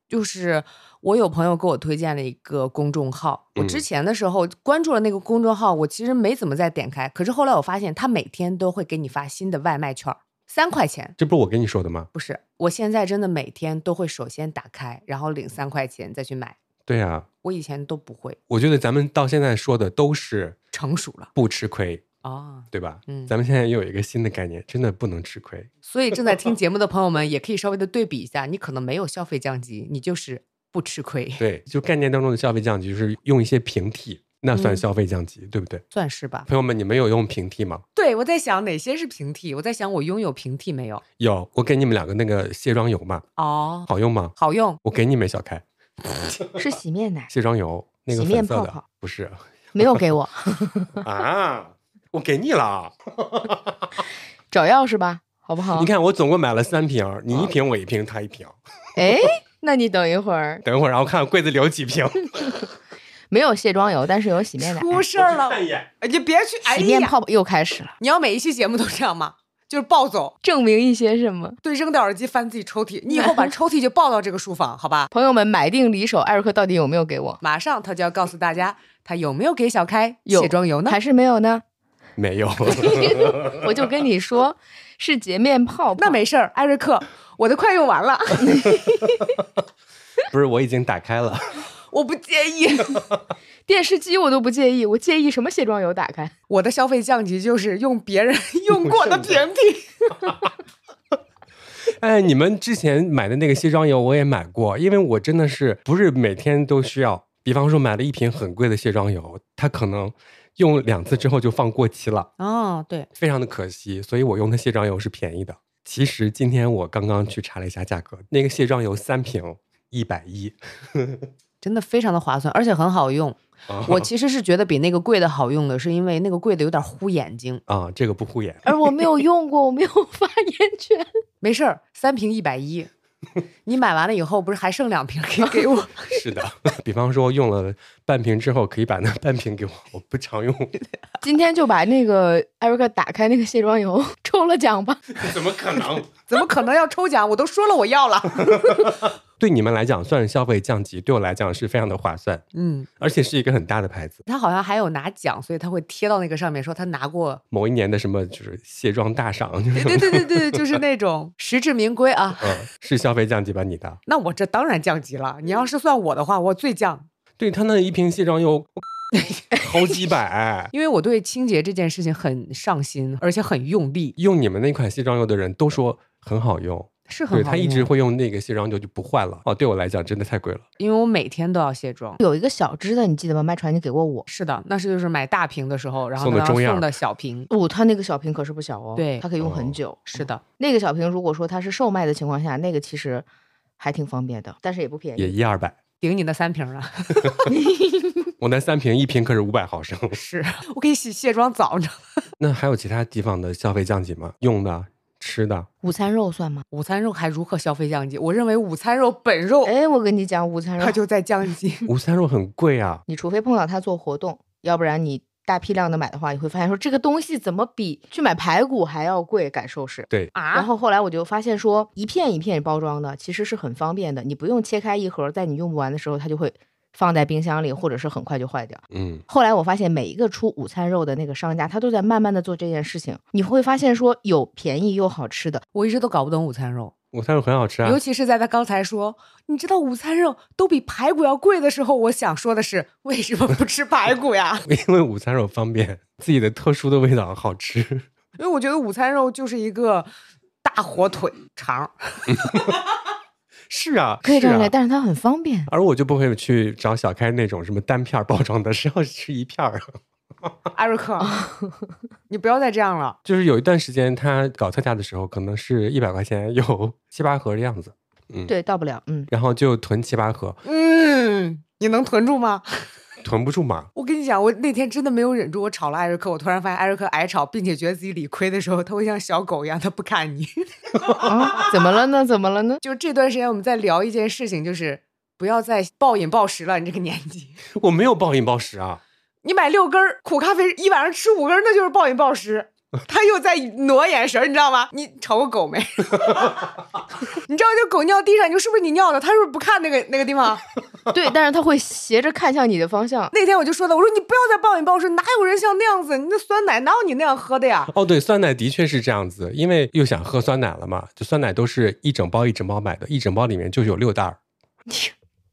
A: 就是我有朋友给我推荐了一个公众号，我
B: 嗯
A: 之前的时候关注了那个公众号，我其实没怎么再点开，可是后来我发现他每天都会给你发新的外卖券儿，三块钱。
B: 这不是我跟你说的吗？
A: 不是，我现在真的每天都会首先打开，然后领三块钱再去买。
B: 对啊，
A: 我以前都不会，
B: 我觉得咱们到现在说的都是
A: 成熟了
B: 不吃亏，
A: 啊、
B: 对吧？
A: 嗯
B: 咱们现在又有一个新的概念，真的不能吃亏。
A: 所以正在听节目的朋友们也可以稍微的对比一下，你可能没有消费降级，你就是不吃亏，
B: 对，就概念当中的消费降级，就是用一些平替，那算
A: 嗯
B: 消费降级，对不对？
A: 算是吧？
B: 朋友们，你们有用平替吗？
A: 对，我在想哪些是平替，我在想我拥有平替没有？
B: 有，我给你们两个那个卸妆油嘛，
A: 哦，
B: 好用吗？
A: 好用，
B: 我给你们小开。
C: 是洗面奶，
B: 卸妆油，那个
C: 洗
B: 粉
C: 面
B: 色的
C: 泡泡
B: 不
C: [LAUGHS]
B: 是
C: 没有给我
B: 啊？我给你了，啊
C: 找钥匙吧，好不好？
B: 你，看我总共买了三瓶，你一瓶我一瓶，他一瓶。 [LAUGHS]
C: 哎，那你等一会儿，
B: 等一会儿，然后看柜子里有几瓶，
C: 没有卸妆油，但是有洗面奶，
A: 出事儿
B: 看
A: 了，哎
B: 一眼。
A: 你别去，哎
C: [LAUGHS] 洗面
A: 呀
C: 泡泡又开始了，
A: 你要每一期节目都这样吗？就是暴走，
C: 哎证明一些什么？
A: 对，扔掉耳机翻自己抽屉，你以后把抽屉就抱到这个书房，好吧？
C: 朋友们买定离手，艾瑞克到底有没有给我？
A: 马上他就要告诉大家，他有没有给小开
C: 有
A: 卸妆油呢？
C: 还是没
B: [LAUGHS]
C: 有呢？
B: [LAUGHS] 没
C: [LAUGHS]
B: 有，
C: 我就跟你说，是洁面泡泡。
A: 那没事儿，艾瑞克，我的快用完了， [LAUGHS]
B: 不是我已经打开了。
A: 我不介 [LAUGHS] 意。
C: 电视机我都不介意，我介意什么卸妆油打开？
A: 我的消费降级就是用别人 [LAUGHS] 用过的平替。
B: 哎，你们之前买的那个卸妆油我也买过，因为我真的是不是每天都需要。比方说买了一瓶很贵的卸妆油，它可能用两次之后就放过期了。
A: 哦，对，
B: 非常的可惜，所以我用的卸妆油是便宜的。其实今天我刚刚去查了一下价格，那个卸妆油三瓶一百一，
A: 真的非常的划算，而且很好用。
B: 哦
A: 我其实是觉得比那个贵的好用的，是因为那个贵的有点糊眼睛。
B: 啊、这个不护眼，
C: [LAUGHS] 而我没有用过，我没有发言权。
A: 没事儿，三瓶一百
B: [LAUGHS]
A: 一，你买完了以后不是还剩两瓶可以给我？
B: 是 [LAUGHS] 的。比方说用了半瓶之后，可以把那半瓶给我，我不常用，
C: [LAUGHS] 今天就把那个艾瑞克打开那个卸妆油 [LAUGHS] 抽了奖吧。
B: [LAUGHS] 怎么可能？
A: 怎么可能要抽奖？我都说了我要了。 [LAUGHS]
B: 对你们来讲算是消费降级，对我来讲是非常的划算，
A: 嗯，
B: 而且是一个很大的牌子。
A: 他好像还有拿奖，所以他会贴到那个上面说他拿过。
B: 某一年的什么就是卸妆大赏，就是
A: 对对对对对，就是那
B: [LAUGHS]
A: 种实至名归啊。
B: 嗯，是消费降级吧？你的
A: 那我这当然降级了。你要是算我的话，我最降，
B: 对他那一瓶卸妆 [LAUGHS] 油好几百，
A: 因为我对清洁这件事情很上心，而且很用力，
B: 用你们那款卸妆油的人都说很好用，
A: 是很
B: 对
A: 好
B: 他一直
A: 用，
B: 会用那个卸妆油就不换了。哦，对我来讲真的太贵了。
A: 因为我每天都要卸妆。
C: 有一个小支的，你记得吗？麦传你给过我。
A: 是的，那是就是买大瓶的时候，然后
B: 送的
A: 他
B: 中样
A: 送的小
B: [LAUGHS]
A: 瓶。
C: 哦，它那个小瓶可是不小哦，
A: 对
C: 它可以用
B: 哦
C: 很久。
A: 是的，
C: 那个小瓶如果说它是售卖的情况下，那个其实还挺方便的，但是也不便
B: 也
C: 宜。
B: 一二百。
A: 顶你那三瓶啊了。
B: [LAUGHS] 我那三瓶，一瓶可是五百毫升。
A: 是我给你洗卸妆澡，你知道吗？
B: 那还有其他地方的消费降级吗？用的、吃的，
C: 午餐肉算吗？
A: 午餐肉还如何消费降级？我认为午餐肉本肉
C: 哎，我跟你讲，午餐肉
A: 哦 [LAUGHS] 它，就在降级。
B: 午餐肉很贵啊。
C: 你除非碰到它做活动，要不然你大批量的买的话，你会发现说这个东西怎么比去买排骨还要贵，感受是。
B: 对，
A: 啊
C: 然后后来我就发现说，一片一片包装的其实是很方便的，你不用切开一盒，在你用不完的时候它就会放在冰箱里，或者是很快就坏掉。
B: 嗯
C: 后来我发现，每一个出午餐肉的那个商家，他都在慢慢的做这件事情。你会发现，说有便宜又好吃的，
A: 我一直都搞不懂午餐肉，
B: 午餐肉很好吃啊
A: 尤，其是在他刚才说你知道午餐肉都比排骨要贵的时候，我想说的是为什么不吃排骨呀？
B: [LAUGHS]
A: [LAUGHS]
B: 因为午餐肉方便，自己的特殊的味道好吃。 [LAUGHS]
A: 因为我觉得午餐肉就是一个大火腿肠儿，
B: 是啊，
C: 可以这
B: 是
C: 样来，
B: 啊。
C: 但是它很方便。
B: 而我就不会去找小开那种什么单片儿包装的，是要吃一片儿。啊
A: 艾瑞克，你不要再这样了。
B: [LAUGHS] 就是有一段时间，他搞特价的时候，可能是一百块钱有七八盒的样子，
C: 对，到不了， [LAUGHS] 嗯，
B: 然后就囤七八盒，
A: 嗯，你能囤住吗？
B: 囤不住嘛。
A: 我跟你讲，我那天真的没有忍住，我吵了艾瑞克。我突然发现艾瑞克挨吵，并且觉得自己理亏的时候，他会像小狗一样，他不看你。 [LAUGHS]
C: 啊，怎么了呢？怎么了呢？
A: 就这段时间，我们在聊一件事情，就是不要再暴饮暴食了。你这个年纪，
B: 我没有暴饮暴食啊，
A: 你买六根儿苦咖啡，一晚上吃五根儿，那就是暴饮暴食。他又在挪眼神儿，你知道吗？你吵过狗没？ [LAUGHS] 你知道就狗尿地上，你说是不是你尿的？他是不是不看那个那个地方？ [LAUGHS]
C: 对，但是它会斜着看向你的方向。
A: 那天我就说的，我说你不要再暴饮暴食，哪有人像那样子？你那酸奶哪有你那样喝的呀？
B: 哦，对，酸奶的确是这样子，因为又想喝酸奶了嘛，就酸奶都是一整包一整包买的，一整包里面就有六袋儿。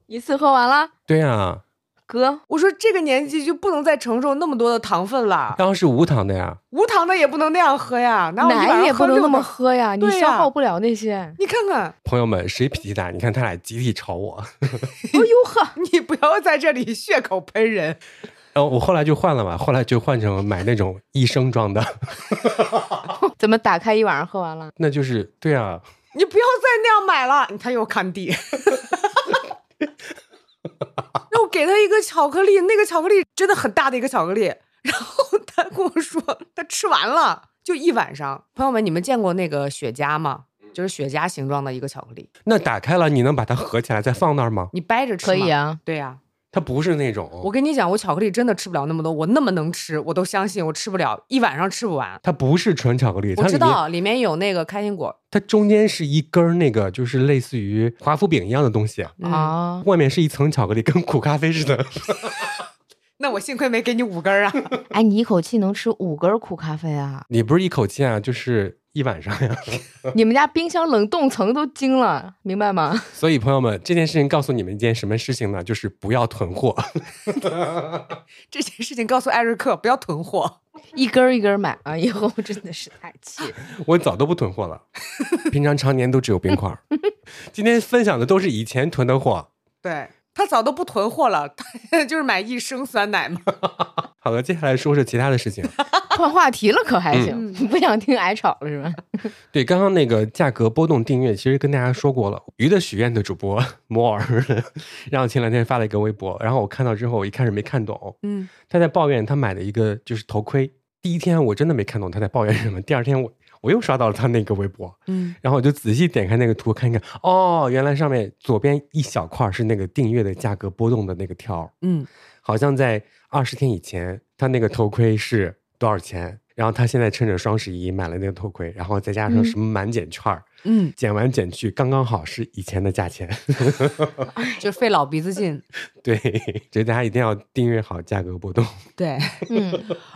C: 一次喝完了，
B: 对啊，
C: 哥，
A: 我说这个年纪就不能再承受那么多的糖分
B: [LAUGHS]
A: 了，
B: 然后是无糖的呀，
A: 无糖的也不能那样喝呀，哪有一晚
C: 奶
A: 上
C: 也
A: 喝
C: 不能
A: 六
C: 那么
A: 个。
C: 喝呀，哎你
A: 对
C: 消
A: 呀
C: 耗不了那 [LAUGHS] 些。
A: 你看看，
B: 朋友们，谁脾气大？你看他俩集体吵我， [LAUGHS]
C: 哦呦呵，
A: 你不要在这里血口喷人。
B: 然后我后来就换了嘛，后来就换成买那种一升装的， [LAUGHS]
C: 怎么打开一晚上喝完了？
B: 那就是对啊，
A: 你不要再那样买了，他又看地。 [LAUGHS] 那我给他一个巧克力，那个巧克力真的很大的一个巧克力，然后他跟我说他吃完了，就一晚上。朋友们，你们见过那个雪茄吗？就是雪茄形状的一个巧克力，
B: 那打开了你能把它合起来再放那儿吗？
A: 你掰着吃
C: 可以
A: 吗。
C: 啊，
A: 对呀、
B: 它不是那种
A: 我，跟你讲，我巧克力真的吃不了那么多，我那么能吃，我都相信我吃不了，一晚上吃不完。
B: 它不是纯巧克力，它
A: 我知
B: 里面
A: 道里面有那个开心果，
B: 它中间是一根儿那个就是类似于华夫饼一样的东西，
A: 嗯
C: 啊，
B: 外面是一层巧克力，跟苦咖啡似的。
A: 那我幸亏没给你五根儿啊。 [LAUGHS]
C: 哎，你一口气能吃五根苦咖啡啊？
B: [LAUGHS]
C: [LAUGHS]
B: 你不是一口气啊，就是一晚上呀。
C: 你们家冰箱冷冻层都惊了，明白吗？
B: [LAUGHS]
C: [LAUGHS]
B: 所以朋友们，这件事情告诉你们一件什么事情呢？就是不要囤货。 [LAUGHS]
A: 这件事情告诉艾瑞克不要囤货。
C: 一根儿一根儿买啊，以后真的是太气人。
B: 我早都不囤货 [LAUGHS] 了，平常常年都只有冰 [LAUGHS] 块儿。今天分享的都是以前囤的货。
A: 对他早都不囤货了， [LAUGHS] 他就是买一升酸奶嘛。
B: 好了，接下来说说其他的事 [LAUGHS] 情。
C: [LAUGHS] 换话题了可还行？
A: 嗯
C: [LAUGHS] 你不想听挨吵了是吧？
B: 对，刚刚那个价格波动订阅，其实跟大家说过了。鱼的许愿的主播 More，然后 [LAUGHS] 前两天发了一个微博，然后我看到之后，我一开始没看懂，
A: 嗯，
B: 他在抱怨他买了一个就是头盔。第一天我真的没看懂他在抱怨什么，第二天我我又刷到了他那个微博，
A: 嗯，
B: 然后我就仔细点开那个图看一看，哦，原来上面左边一小块是那个订阅的价格波动的那个条儿，
A: 嗯，
B: 好像在二十天以前，他那个头盔是多少钱？然后他现在趁着双十一买了那个头盔，然后再加上什么满减券儿，
A: 嗯，
B: 减完减去，刚刚好是以前的价钱。 [LAUGHS]
A: 就费老鼻子 [LAUGHS] 劲。
B: 对，所以大家一定要订阅好价格波动。
A: 对，
C: 嗯，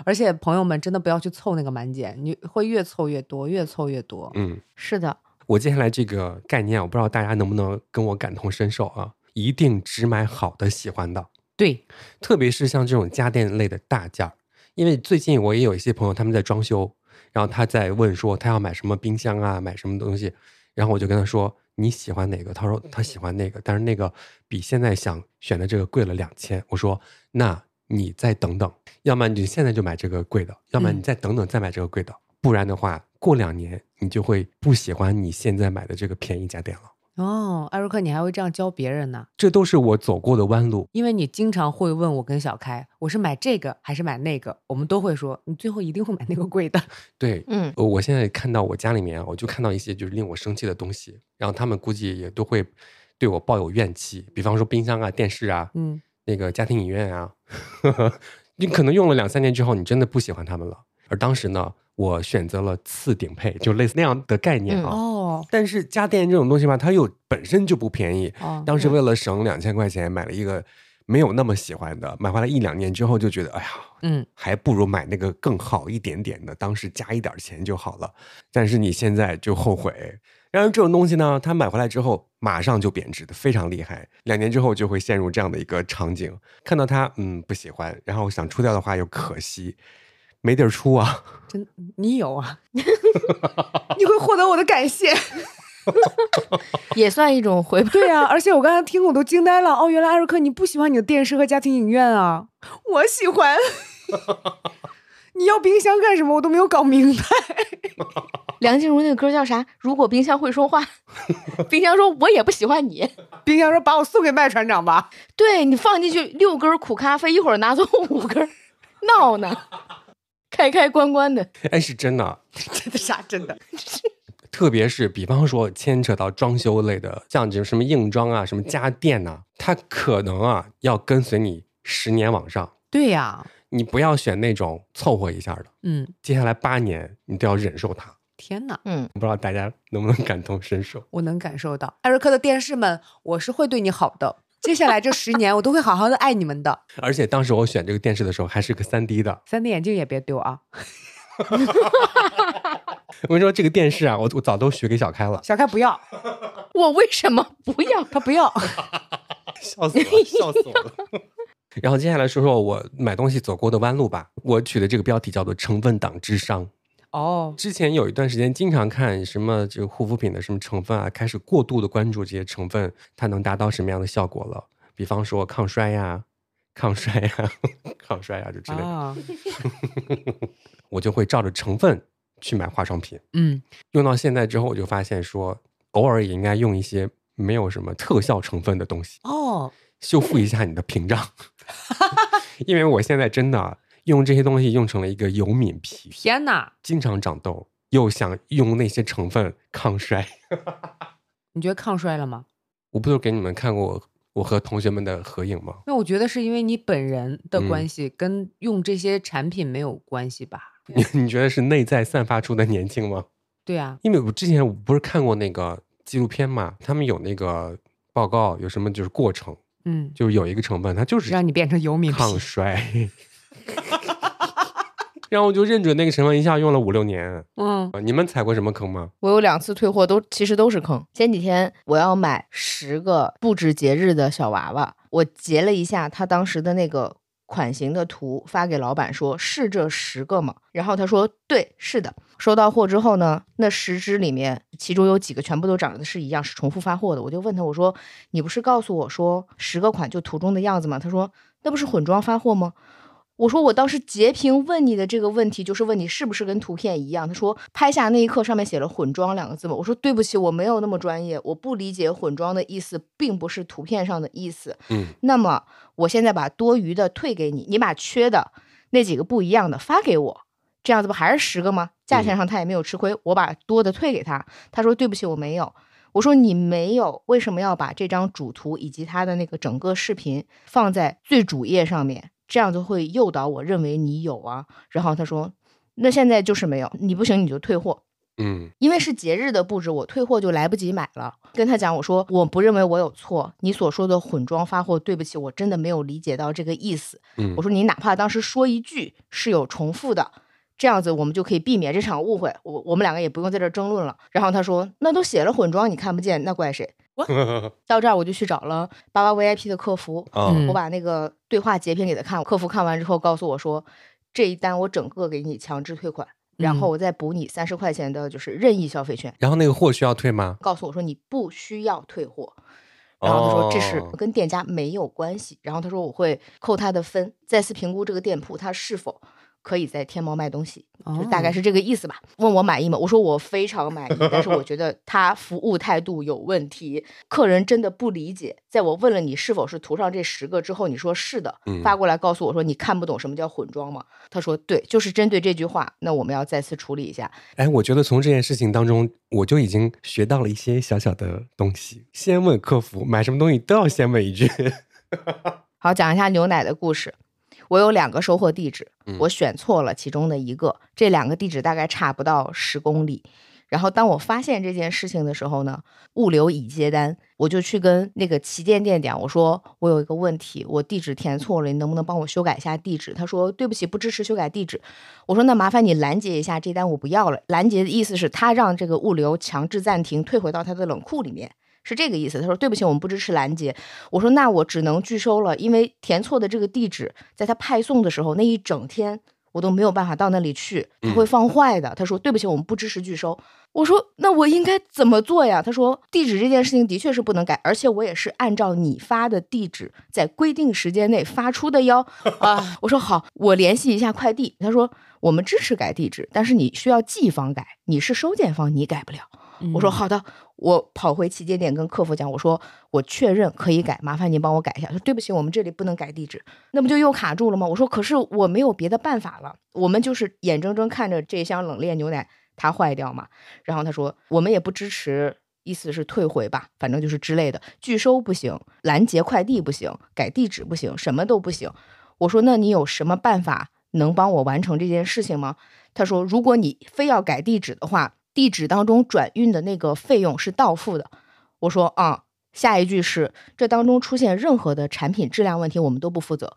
A: 而且朋友们真的不要去凑那个满减，你会越凑越多，越凑越多。
B: 嗯，
C: 是的，
B: 我接下来这个概念，我不知道大家能不能跟我感同身受啊！一定只买好的、喜欢的，
A: 对，
B: 特别是像这种家电类的大件儿。因为最近我也有一些朋友他们在装修，然后他在问说他要买什么冰箱啊，买什么东西，然后我就跟他说你喜欢哪个？他说他喜欢那个，但是那个比现在想选的这个贵了两千。我说那你再等等，要么你现在就买这个贵的，要么你
A: 嗯
B: 再等等再买这个贵的，不然的话过两年你就会不喜欢你现在买的这个便宜家电了。
A: 哦，艾瑞克，你还会这样教别人呢？
B: 这都是我走过的弯路。
A: 因为你经常会问我跟小开，我是买这个还是买那个，我们都会说你最后一定会买那个贵的。
B: 对，
C: 嗯，
B: 呃，我现在看到我家里面啊，我就看到一些就是令我生气的东西，然后他们估计也都会对我抱有怨气，比方说冰箱啊、电视啊、
A: 嗯，
B: 那个家庭影院啊， [LAUGHS] 你可能用了两三年之后，你真的不喜欢他们了。而当时呢，我选择了次顶配，就类似那样的概念
C: 嗯
B: 啊。
A: 哦
B: 但是家电这种东西吧，它又本身就不便宜，
A: 哦，
B: 当时为了省两千块钱，买了一个没有那么喜欢的，买回来一两年之后就觉得，哎呀，
A: 嗯，
B: 还不如买那个更好一点点的，当时加一点钱就好了。但是你现在就后悔。然而这种东西呢，它买回来之后马上就贬值的非常厉害，两年之后就会陷入这样的一个场景，看到它，嗯，不喜欢，然后想出掉的话又可惜，没地儿出啊。 [LAUGHS]
A: 真你有 [LAUGHS] 啊，你会获得我的感谢。
C: 也算一种回报。
A: 对啊，而且我刚才听我都惊呆了，哦，原来艾瑞克你不喜欢你的电视和家庭影院啊，我喜欢。 [LAUGHS] 你要冰箱干什么？我都没有搞明白。 [LAUGHS]
C: 梁静茹那个歌叫啥？如果冰箱会说话， [LAUGHS] 冰箱说我也不喜欢你，
A: 冰箱说：“把我送给麦船长吧。 [LAUGHS]
C: 对你放进去六根苦咖啡，一会儿拿走五根，闹呢，开开关关的。
B: 哎，是真的，”
A: 真的啥？真的？
B: 特别是比方说牵扯到装修类的，像这种什么硬装啊、什么家电呐、它可能啊要跟随你十年往上。
A: 对呀、
B: 你不要选那种凑合一下的，
A: 嗯，
B: 接下来八年你都要忍受它。
A: 天哪，
C: 嗯，
B: 不知道大家能不能感同身受？
A: 我能感受到，艾瑞克的电视们，我是会对你好的。接下来这十年，我都会好好的爱你们的。
B: 而且当时我选这个电视的时候还是个3 D 的，
A: 三 D 眼镜也别丢啊，
B: 我跟你说这个电视啊，我我早都学给小开了，
A: 小开不要，
C: 我为什么不要？
A: 他不要。
B: 笑死我了，笑死我了。然后接下来说说我买东西走过的弯路吧。我取的这个标题叫做“成分党智商”。
A: 哦，
B: 之前有一段时间，经常看什么这个护肤品的什么成分啊，开始过度的关注这些成分，它能达到什么样的效果了？比方说抗衰呀、抗衰呀、抗衰呀、就 [LAUGHS] 之类的，
A: 啊，
B: 我就会照着成分去买化妆品。
A: 嗯，
B: 用到现在之后，我就发现说，偶尔也应该用一些没有什么特效成分的东西，
A: 哦，
B: 修复一下你的屏障。 [LAUGHS] 因为我现在真的用这些东西用成了一个油敏皮，
A: 天哪，
B: 经常长痘，又想用那些成分抗衰。
A: 你觉得抗衰了吗？
B: 我不是给你们看过我我和同学们的合影吗？
A: 那我觉得是因为你本人的
B: 嗯
A: 关系，跟用这些产品没有关系吧？
B: 你你觉得是内在散发出的年轻吗？
A: 对啊，
B: 因为我之前我不是看过那个纪录片嘛，他们有那个报告，有什么就是过程，
A: 嗯，
B: 就有一个成分，它就是
A: 让你变成游民
B: 抗衰。然后我就认准那个成分，一下用了五六年。
A: 嗯，
B: 呃你们踩过什么坑吗？
C: 我有两次退货都其实都是坑。前几天我要买十个布置节日的小娃娃，我截了一下他当时的那个款型的图发给老板说：“是这十个吗？”然后他说：“对，是的。”收到货之后呢，那十只里面其中有几个全部都长得是一样，是重复发货的。我就问他，我说：“你不是告诉我说十个款就图中的样子吗？”他说：“那不是混装发货吗？”我说我当时截屏问你的这个问题，就是问你是不是跟图片一样。他说拍下那一刻上面写了“混装”两个字母。我说对不起，我没有那么专业，我不理解混装的意思，并不是图片上的意思。
B: 嗯，
C: 那么我现在把多余的退给你，你把缺的那几个不一样的发给我，这样子不还是十个吗？价钱上他也没有吃亏，我把多的退给他。他说对不起，我没有。我说你没有，为什么要把这张主图以及他的那个整个视频放在最主页上面？这样就会诱导我认为你有啊。然后他说，那现在就是没有，你不行你就退货。
B: 嗯，
C: 因为是节日的布置，我退货就来不及买了。跟他讲，我说我不认为我有错，你所说的混装发货，对不起，我真的没有理解到这个意思。
B: 嗯
C: 我
B: [LAUGHS]
C: 说你哪怕当时说一句是有重复的，这样子我们就可以避免这场误会。我我们两个也不用在这儿争论了。然后他说，那都写了混装，你看不见，那怪谁？到这儿我就去找了八八 VIP 的客服，
B: 啊
A: 嗯
C: 我把那个对话截屏给他看，客服看完之后告诉我说，这一单我整个给你强制退款，然后
A: 嗯
C: 我再补你三十块钱的就是任意消费券。
B: 然后那个货需要退吗？
C: 告诉我说你不需要退货。然后他说这是
B: 哦
C: 跟店家没有关系。然后他说我会扣他的分，再次评估这个店铺他是否可以在天猫卖东西，就大概
B: 哦
A: 是
C: 是这个意思吧。问我满意吗？我说我非常满意，但是我
B: [LAUGHS]
C: 觉得他服务态度有问题，客人真的不理解。在我问了你是否是涂上这十个之后，你说是的
B: 嗯，
C: 发过来告诉我说你看不懂什么叫混装吗？他说对，就是针对这句话，那我们要再次处理一下。
B: 哎，我觉得从这件事情当中，我就已经学到了一些小小的东西。先问客服，买什么东西都要先问一句。 [LAUGHS]
C: 好，讲一下牛奶的故事。我有两个收货地址
B: 嗯，
C: 我选错了其中的一个。这两个地址大概差不到十公里。然后当我发现这件事情的时候呢，物流已接单，我就去跟那个旗舰店讲，我说我有一个问题，我地址填错了，你能不能帮我修改一下地址？他说对不起，不支持修改地址。我说那麻烦你拦截一下这单，我不要了。拦截的意思是他让这个物流强制暂停，退回到他的冷库里面。是这个意思。他说：“对不起，我们不支持拦截。”我说：“那我只能拒收了，因为填错的这个地址，在他派送的时候那一整天我都没有办法到那里去，他会放坏的。”他说：“对不起，我们不支持拒收。”我说：“那我应该怎么做呀？”他说：“地址这件事情的确是不能改，而且我也是按照你发的地址在规定时间内发出的哟。”啊，我说好，我联系一下快递。他说：“我们支持改地址，但是你需要寄方改，你是收件方，你改不了。”我说
A: 嗯
C: 好的，我跑回旗舰店跟客服讲，我说我确认可以改，麻烦您帮我改一下。他说对不起，我们这里不能改地址，那不就又卡住了吗？我说可是我没有别的办法了，我们就是眼睁睁看着这箱冷链牛奶它坏掉嘛。然后他说我们也不支持，意思是退回吧，反正就是之类的，拒收不行，拦截快递不行，改地址不行，什么都不行。我说那你有什么办法能帮我完成这件事情吗？他说，如果你非要改地址的话，地址当中转运的那个费用是到付的。我说啊，下一句是这当中出现任何的产品质量问题，我们都不负责。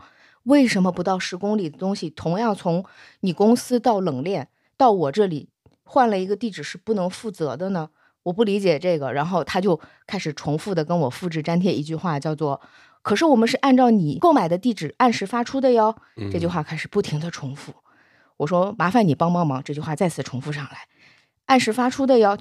C: 为什么不到十公里的东西，同样从你公司到冷链到我这里换了一个地址是不能负责的呢？我不理解这个，然后他就开始重复的跟我复制粘贴一句话，叫做“可是我们是按照你购买的地址按时发出的哟”，这句
B: 嗯
C: 话开始不停的重复。我说：“麻烦你帮帮忙。”这句话再次重复上来，按时发出的哟。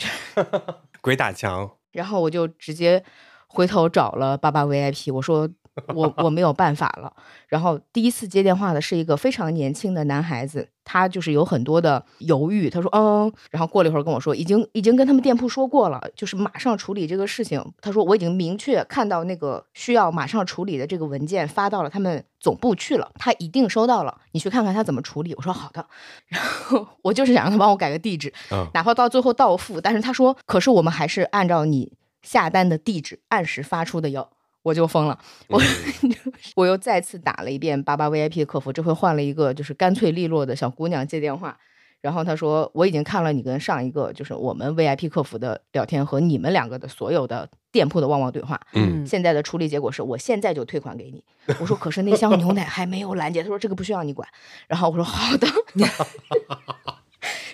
B: 鬼打墙，
C: 然后我就直接回头找了爸爸 VIP，我说我我没有办法了。然后第一次接电话的是一个非常年轻的男孩子，他就是有很多的犹豫，他说嗯，然后过了一会儿跟我说，已经已经跟他们店铺说过了，就是马上处理这个事情。他说我已经明确看到那个需要马上处理的这个文件发到了他们总部去了，他一定收到了，你去看看他怎么处理。我说好的，然后我就是想让他帮我改个地址，
B: 嗯，
C: 哪怕到最后到付，但是他说，可是我们还是按照你下单的地址按时发出的哟，我就疯了，我、 [LAUGHS] 我又再次打了一遍八八 VIP 的客服，这回换了一个就是干脆利落的小姑娘接电话，然后她说我已经看了你跟上一个就是我们 VIP 客服的聊天和你们两个的所有的店铺的旺旺对话，
B: 嗯
C: 现在的处理结果是我现在就退款给你。我说可是那箱牛奶还没有拦截，他说这个不需要你管。然后我说好的， [LAUGHS]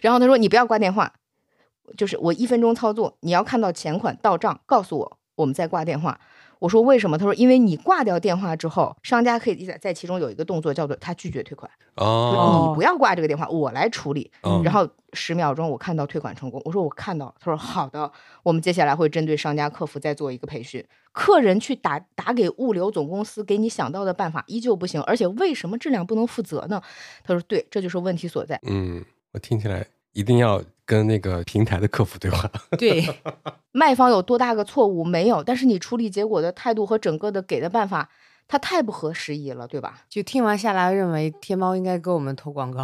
C: 然后他说你不要挂电话，就是我一分钟操作，你要看到钱款到账告诉我，我们再挂电话。我说为什么？他说因为你挂掉电话之后，商家可以在在其中有一个动作叫做他拒绝退款，
B: 哦，
C: 你不要挂这个电话，我来处理。
B: 哦
C: 然后十秒钟，我看到退款成功，我说我看到了，他说好的，我们接下来会针对商家客服再做一个培训，客人去打打给物流总公司，给你想到的办法依旧不行，而且为什么质量不能负责呢？他说对，这就是问题所在。
B: 嗯，我听起来一定要跟那个平台的客服对话。
A: 嗯
C: [LAUGHS]
A: 对，
C: 卖方有多大个错误没有，但是你处理结果的态度和整个的给的办法，它太不合时宜了，对吧？
A: 就听完下来，认为天猫应该给我们投广告。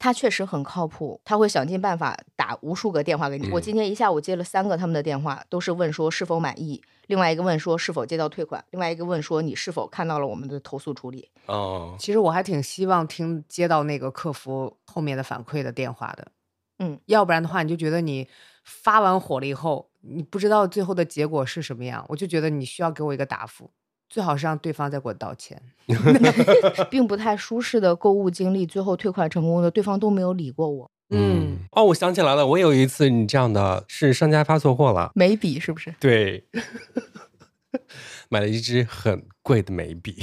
C: 他确实很靠谱，他会想尽办法打无数个电话给你。我
B: 嗯
C: 今天一下午接了三个他们的电话，都是问说是否满意，另外一个问说是否接到退款，另外一个问说你是否看到了我们的投诉处理。
B: 哦，
A: 其实我还挺希望听接到那个客服后面的反馈的电话的，
C: 嗯，
A: 要不然的话，你就觉得你发完火了以后，你不知道最后的结果是什么样，我就觉得你需要给我一个答复，最好是让对方再给我道歉。
C: 并不太舒适的购物经历，最后退款成功的对方都没有理过我，
A: 嗯，
B: 哦，我想起来了，我有一次你这样的是商家发错货了，
C: 眉笔是不是？
B: 对，买了一支很贵的眉笔，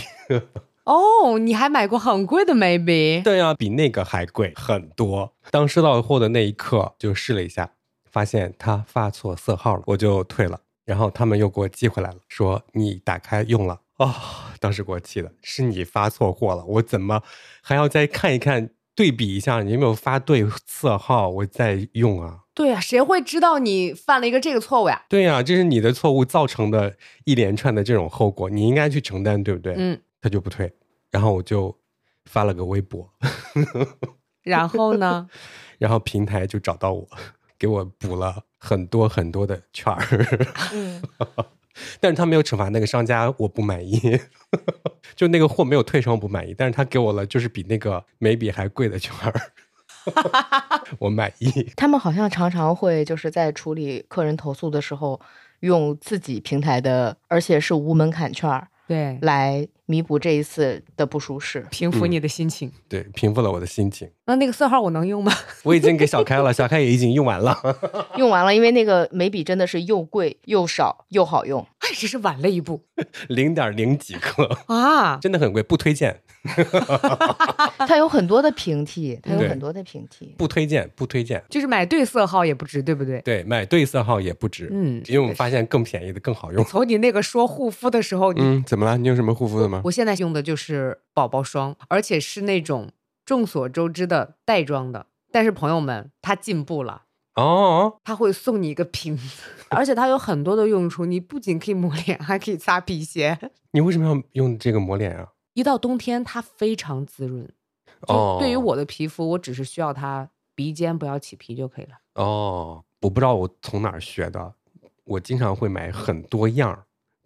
A: 哦，你还买过很贵的眉笔？
B: 对啊，比那个还贵很多。当收到货的那一刻，就试了一下，发现它发错色号了，我就退了。然后他们又给我寄回来了，说你打开用了哦，当时给我气的，是你发错货了，我怎么还要再看一看，对比一下你有没有发对色号，我再用啊？
A: 对呀、谁会知道你犯了一个这个错误呀？
B: 对呀、这是你的错误造成的一连串的这种后果，你应该去承担，对不对？
A: 嗯，
B: 他就不退，然后我就发了个微博，
A: 然后 [LAUGHS] 呢？
B: 然后平台就找到我，给我补了很多很多的券儿， [LAUGHS]
C: 嗯，
B: 但是他没有惩罚那个商家，我不满意， [LAUGHS] 就那个货没有退成，我不满意，但是他给我了就是比那个眉笔还贵的券儿，我满意。
C: [LAUGHS] 他们好像常常会就是在处理客人投诉的时候，用自己平台的，而且是无门槛券儿
A: 对，
C: 来弥补这一次的不舒适。
A: 平复
B: 嗯
A: 你的心情。
B: 对，平复了我的心情。
A: 那那个色号我能用吗？ [LAUGHS]
B: 我已经给小开了，小开也已经用完了。
C: 用完了，因为那个眉笔真的是又贵又少又好用。
A: 哎，只是晚了一步
B: 零点零几克，
A: 啊。
B: 真的很贵，不推荐，
C: 它有很多的平替，它有
B: 对
C: 很多的平替。
B: 不推荐，不推荐。
A: 就是买对色号也不值，对不对？
B: 对，买对色号也不值，
A: 嗯
B: 因为我们发现更便宜的更好用。
A: 从你那个说护肤的时候，你、
B: 嗯， [LAUGHS] 怎么了？你有什么护肤的吗？
A: 我现在用的就是宝宝霜，而且是那种众所周知的袋装的。但是朋友们，它进步了。
B: 哦，
A: 它会送你一个瓶子， [LAUGHS] 而且它有很多的用处，你不仅可以抹脸，还可以擦皮鞋。
B: 你为什么要用这个抹脸啊？
A: 一到冬天，它非常滋润。
B: 哦
A: 就，对于我的皮肤，我只是需要它鼻尖不要起皮就可以了。
B: 哦，我不知道我从哪儿学的，我经常会买很多样儿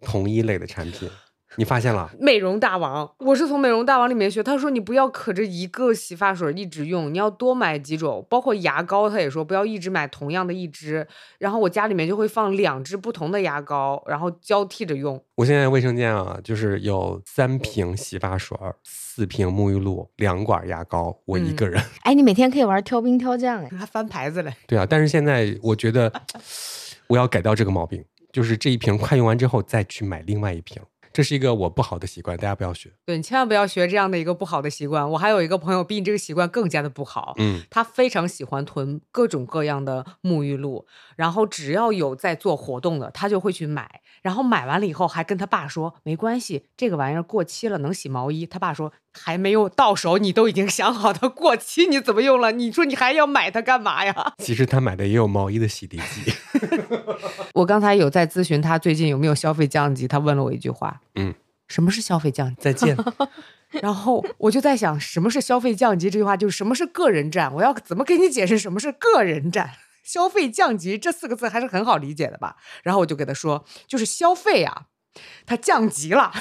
B: 同一类的产
A: [LAUGHS]
B: 品，你发现了？
A: 美容大王，我是从美容大王里面学，他说你不要可着一个洗发水一直用，你要多买几种，包括牙膏，他也说不要一直买同样的一支。然后我家里面就会放两支不同的牙膏，然后交替着用。
B: 我现在卫生间啊，就是有三瓶洗发水儿、四瓶沐浴露、两管牙膏，我一个人。
C: 哎，你每天可以玩挑兵挑将哎。
A: 还翻牌子嘞，
B: 对啊，但是现在我觉得我要改掉这个毛病，就是这一瓶快用完之后再去买另外一瓶，这是一个我不好的习惯，大家不要学。
A: 对你千万不要学这样的一个不好的习惯。我还有一个朋友比你这个习惯更加的不好，
B: 嗯，
A: 他非常喜欢囤各种各样的沐浴露，然后只要有在做活动的，他就会去买。然后买完了以后，还跟他爸说没关系，这个玩意儿过期了能洗毛衣。他爸说还没有到手，你都已经想好它过期，你怎么用了？你说你还要买它干嘛呀？ [LAUGHS]
B: 其实他买的也有毛衣的洗涤剂。
A: 我刚才有在咨询他最近有没有消费降级，他问了我一句话，
B: 嗯，
A: 什么是消费降级？
B: 再见。
A: 然后我就在想，什么是消费降级这句话，就是什么是个人战？我要怎么给你解释什么是个人战？ [LAUGHS] 消费降级这四个字还是很好理解的吧？然后我就给他说，就是消费啊，它降级了，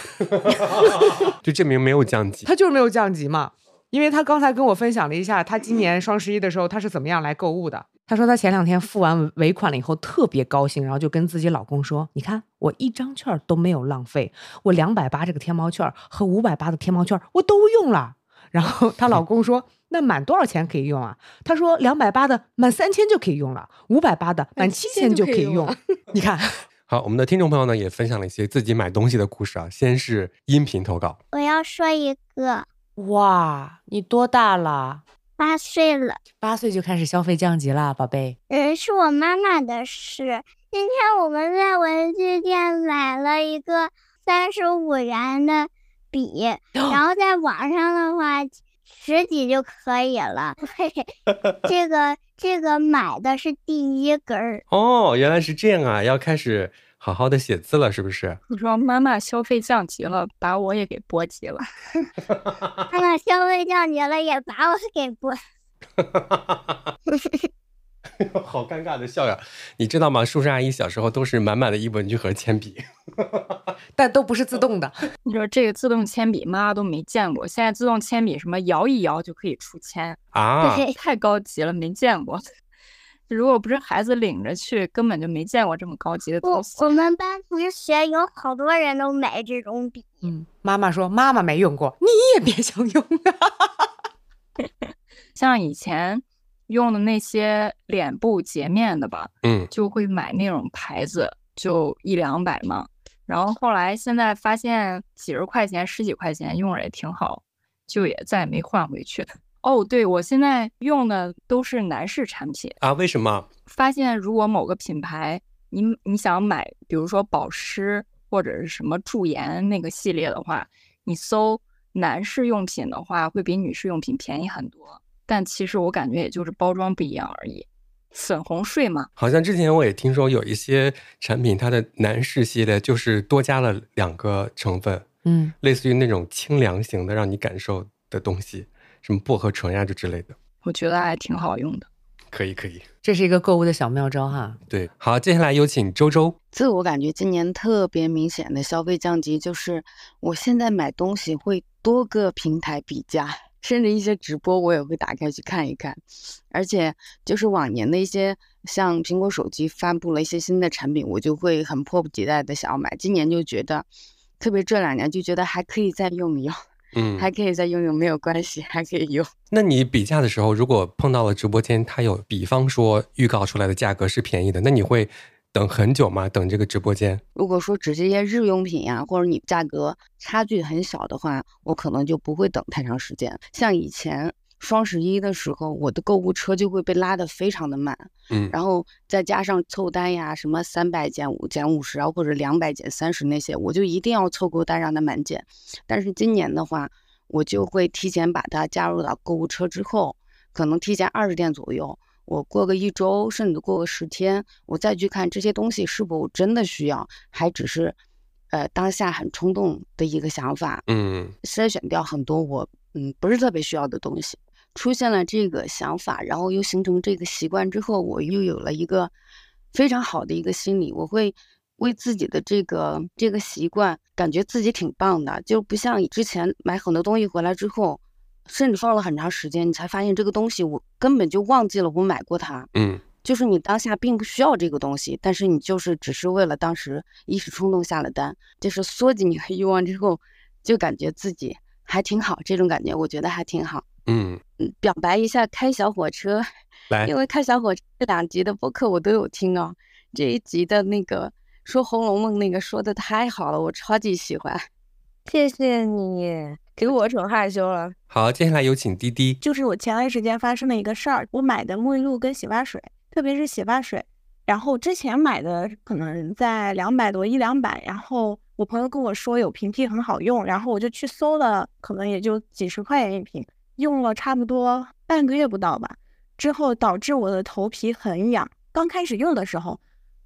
B: 就证明没有降级。
A: 它就是没有降级嘛。因为他刚才跟我分享了一下，他今年双十一的时候他是怎么样来购物的。他说他前两天付完尾款了以后特别高兴，然后就跟自己老公说：“你看，我一张券儿都没有浪费，我两百八这个天猫券儿和五百八的天猫券儿我都用了。”然后她老公说：“那满多少钱可以用啊？”她说：“两百八的满三千就可以用了，五百八的满
C: 满
A: 七千
C: 7000
A: 就
C: 就
A: 可
C: 可
A: 以
C: 以
A: 用
C: 用
A: 了。你看，
B: 好，我们的听众朋友呢也分享了一些自己买东西的故事啊。先是音频投稿，
D: 我要说一个，
A: 哇，你多大了？
D: 八岁了，
A: 八岁就开始消费降级了，宝贝。
D: 嗯，是我妈妈的事。今天我们在文具店买了一个三十五元的笔，
A: 哦
D: 然后在网上的话十几就可以了。嘿嘿，这个这个买的是第一
B: [LAUGHS]
D: 根儿，
B: 哦，原来是这样啊，要开始好好的写字了，是不是？ [LAUGHS]
E: 你说妈妈消费降级了，把我也给波及了。
D: 妈妈消费降级了，也把我给剥。
B: 好尴尬的笑呀！你知道吗？叔叔阿姨小时候都是满满的一文具盒铅笔。
A: 但都不是自动的。
E: 你说这个自动铅笔，妈妈都没见过。现在自动铅笔什么摇一摇就可以出铅，
B: 啊，
D: 对
E: 太高级了，没见过。 [LAUGHS] 如果不是孩子领着去，根本就没见过这么高级的
D: [LAUGHS] 我
E: 东西。
D: 我们班同学有好多人都买这种笔，
A: 嗯，妈妈说妈妈没用过，你也别想用啊。
E: 像以前用的那些脸部洁面的吧，
B: 嗯，
E: 就会买那种牌子，就一两百嘛。然后后来现在发现几十块钱、十几块钱用着也挺好，就也再也没换回去。哦，对，我现在用的都是男士产品。
B: 啊，为什么？
E: 发现如果某个品牌，你你想买，比如说保湿或者是什么驻颜那个系列的话，你搜男士用品的话，会比女士用品便宜很多。但其实我感觉也就是包装不一样而已，粉红税嘛。
B: 好像之前我也听说有一些产品，它的男士系列就是多加了两个成分，
A: 嗯，
B: 类似于那种清凉型的，让你感受的东西，什么薄荷醇呀、这之类的。
E: 我觉得还挺好用的。
B: 可以，可以。
A: 这是一个购物的小妙招哈。
B: 对，好，接下来有请周周。
F: 自我感觉今年特别明显的消费降级，就是我现在买东西会多个平台比价，甚至一些直播我也会打开去看一看。而且就是往年的一些，像苹果手机发布了一些新的产品，我就会很迫不及待的想要买。今年就觉得，特别这两年就觉得还可以再用一用，
B: 嗯，
F: 还可以再用用，没有关系，还可以用。
B: 那你比价的时候，如果碰到了直播间，它有比方说预告出来的价格是便宜的，那你会等很久吗？等这个直播间？
F: 如果说只是一些日用品呀、或者你价格差距很小的话，我可能就不会等太长时间。像以前双十一的时候，我的购物车就会被拉得非常的满，
B: 嗯，
F: 然后再加上凑单呀，什么三百减五减五十啊，或者两百减三十那些，我就一定要凑够单让它满减。但是今年的话，我就会提前把它加入到购物车之后，可能提前二十天左右，我过个一周，甚至过个十天，我再去看这些东西是否我真的需要，还只是，呃，当下很冲动的一个想法，
B: 嗯
F: 筛选掉很多我嗯不是特别需要的东西。出现了这个想法，然后又形成这个习惯之后，我又有了一个非常好的一个心理，我会为自己的这个这个习惯感觉自己挺棒的，就不像之前买很多东西回来之后，甚至放了很长时间，你才发现这个东西我根本就忘记了我买过它。
B: 嗯
F: 就是你当下并不需要这个东西，但是你就是只是为了当时一时冲动下了单，就是缩紧你的欲望之后，就感觉自己还挺好，这种感觉我觉得还挺好。
B: 嗯，
F: 嗯，表白一下开小火车，
B: 来
F: 因为开小火车这两集的播客我都有听啊、这一集的那个说《红楼梦》那个说的太好了，我超级喜欢。
C: 谢谢你，给我整害羞了。
B: 好，接下来有请滴滴。
G: 就是我前段时间发生了一个事儿，我买的沐浴露跟洗发水，特别是洗发水，然后之前买的可能在两百多一两百，然后我朋友跟我说有瓶替很好用，然后我就去搜了，可能也就几十块钱一瓶，用了差不多半个月不到吧，之后导致我的头皮很痒。刚开始用的时候，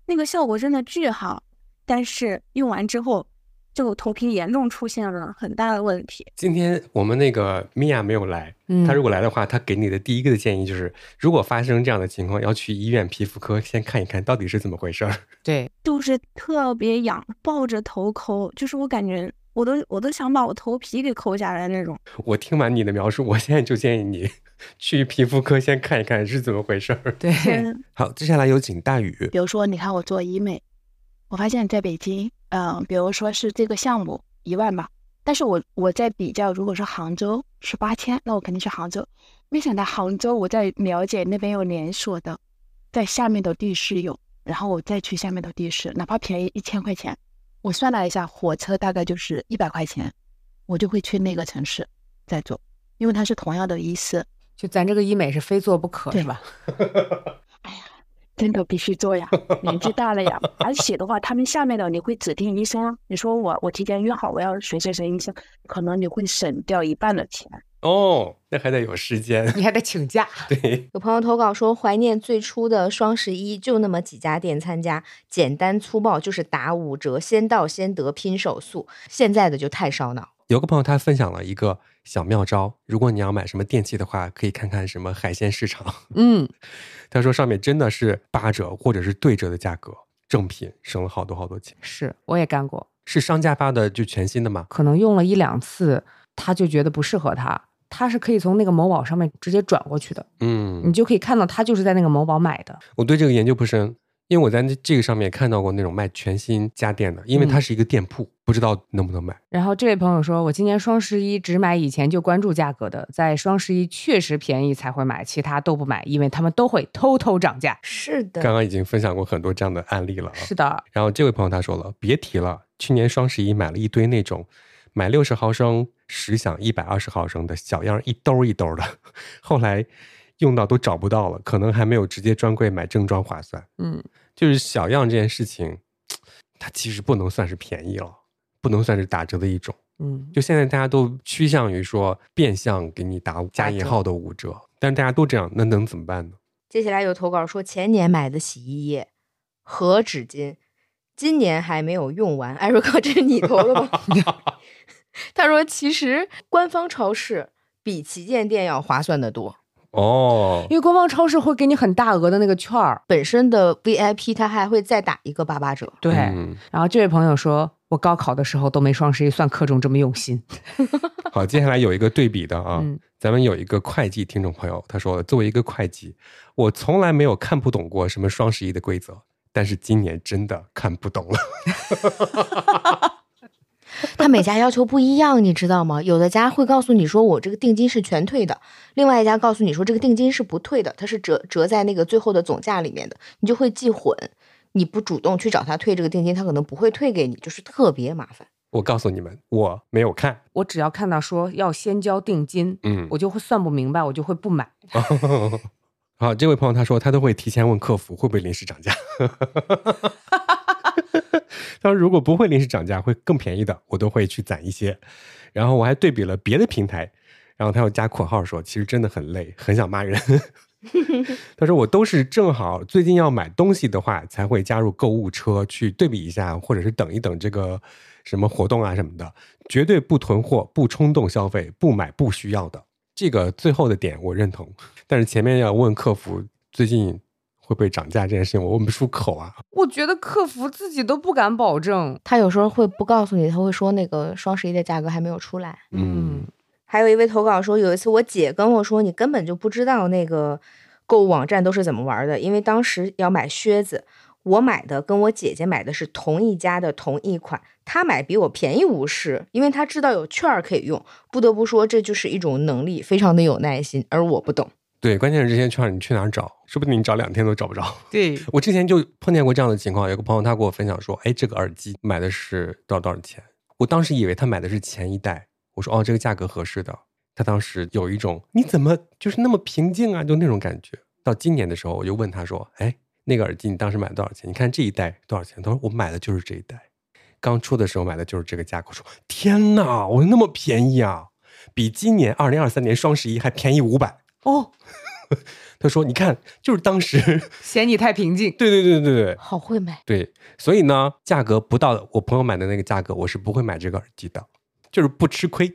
G: 那个效果真的巨好，但是用完之后，就头皮严重出现了很大的问题。
B: 今天我们那个米娅没有来，
A: 嗯
B: 她如果来的话，她给你的第一个的建议就是，如果发生这样的情况，要去医院皮肤科先看一看到底是怎么回事儿。 [LAUGHS]
A: 对，
G: 就是特别痒，抱着头抠，就是我感觉我都我都想把我头皮给抠下来那种。
B: 我听完你的描述，我现在就建议你去皮肤科先看一看是怎么回事儿。 [LAUGHS]
A: 对，
G: 嗯，
B: 好，接下来有请大宇
H: 比。如说，你看我做医美，我发现在北京，嗯、比如说是这个项目一万吧，但是我我在比较，如果是杭州是八千，那我肯定去杭州。没想到杭州，我在了解那边有连锁的，在下面的地市有，然后我再去下面的地市，哪怕便宜一千块钱，我算了一下，火车大概就是一百块钱，我就会去那个城市再做，因为它是同样的医师，
A: 就咱这个医美是非做不可，
H: 对
A: 是吧？
H: 真的必须做呀，年纪大了呀。而且的话，他们下面的你会指定医生啊，你说我我提前约好我要谁谁谁医生，可能你会省掉一半的钱。
B: 哦，那还得有时间。 [LAUGHS]
A: 你还得请假，
B: 对，
C: 有朋友投稿说，怀念最初的双十一，就那么几家店参加，简单粗暴，就是打五折，先到先得，拼手速。现在的就太烧脑。
B: 有个朋友他分享了一个小妙招，如果你要买什么电器的话，可以看看什么海鲜市场。 [LAUGHS]
A: 嗯，
B: 他说上面真的是八折或者是对折的价格，正品省了好多好多钱。
A: 是，我也干过，
B: 是商家发的就全新的吗？
A: 可能用了一两次，他就觉得不适合他，他是可以从那个某宝上面直接转过去的，你
B: 嗯，
A: 就可以看到他就是在那个某宝买的，
B: 我对这个研究不深，因为我在那这个上面看到过那种卖全新家电的，因为它
A: 嗯
B: 是一个店铺，不知道能不能买。
A: 然后这位朋友说，我今年双十一只买以前就关注价格的，在双十一确实便宜才会买，其他都不买，因为他们都会偷偷涨价。
C: 是
B: 刚
C: 的，
B: 刚已经分享过很多这样的案例了啊。
A: 是的，
B: 然后这位朋友他说了，别提了，去年双十一买了一堆那种买六十毫升、十响一百二十毫升的小样儿，一兜儿一兜儿的，后来用到都找不到了，可能还没有直接专柜买正装划算。
A: 嗯，
B: 就是小样这件事情，它其实不能算是便宜了，不能算是打折的一种。
A: 嗯，
B: 就现在大家都趋向于说变相给你打加引号的五折，但是大家都这样，那能怎么办呢？
C: 接下来有投稿说，前年买的洗衣液和纸巾，今年还没有用完。艾瑞克，这是你投的吗？ [LAUGHS] 他说，其实官方超市比旗舰店要划算的多。
B: 哦
A: 因，为官方超市会给你很大额的那个券儿。
C: 本身的 VIP 它还会再打一个八八折，
A: 对，
B: 嗯
A: 然后这位朋友说，我我高考的时候都没双十一算课中这么用心。
B: 好，接下来有一个对比的啊，
A: 嗯
B: 咱们有一个会计听众朋友，他说了，作为一个会计，我从来没有看不懂过什么双十一的规则，但是今年真的看不懂了。 [LAUGHS]
C: 他每家要求不一样，你知道吗？有的家会告诉你说我这个定金是全退的，另外一家告诉你说这个定金是不退的，它是折折在那个最后的总价里面的，你就会记混。你不主动去找他退这个定金，他可能不会退给你，就是特别麻烦。
B: 我告诉你们，我没有看，
A: 我只要看到说要先交定金，
B: 嗯，
A: 我就会算不明白，我就会不买。
B: [LAUGHS] 好，这位朋友他说他都会提前问客服会不会临时涨价， [LAUGHS] 他说如果不会临时涨价会更便宜的，我都会去攒一些。然后我还对比了别的平台，然后他又加括号说其实真的很累，很想骂人。 [LAUGHS] 他说我都是正好最近要买东西的话才会加入购物车去对比一下，或者是等一等这个什么活动啊什么的，绝对不囤货、不冲动消费、不买不需要的。这个最后的点我认同。但是前面要问客服最近会不会涨价这件事情，我问不出口啊。
A: 我觉得客服自己都不敢保证。
C: 他有时候会不告诉你，他会说那个双十一的价格还没有出来。
A: 嗯，
C: 还有一位投稿说，有一次我姐跟我说，你根本就不知道那个购物网站都是怎么玩的，因为当时要买靴子，我买的跟我姐姐买的是同一家的同一款，她买比我便宜五十，因为她知道有券儿可以用。不得不说，这就是一种能力，非常的有耐心，而我不懂。
B: 对，关键是这些券你去哪儿找？说不定你找两天都找不着。
A: 对，
B: 我之前就碰见过这样的情况，有个朋友他给我分享说，哎，这个耳机买的是多少多少钱？我当时以为他买的是前一代，我说哦，这个价格合适的。他当时有一种你怎么就是那么平静啊，就那种感觉。到今年的时候，我就问他说，哎，那个耳机你当时买多少钱？你看这一代多少钱？他说我买的就是这一代，刚出的时候买的就是这个价格。我说天哪，我说那么便宜啊，比今年二零二三年双十一还便宜五百。
A: 哦，
B: [LAUGHS] 他说你看，就是当时，
A: 嫌你太平静。
B: 对对对对对，
C: 好会买，
B: 对，所以呢，价格不到我朋友买的那个价格，我是不会买这个耳机的，就是不吃亏。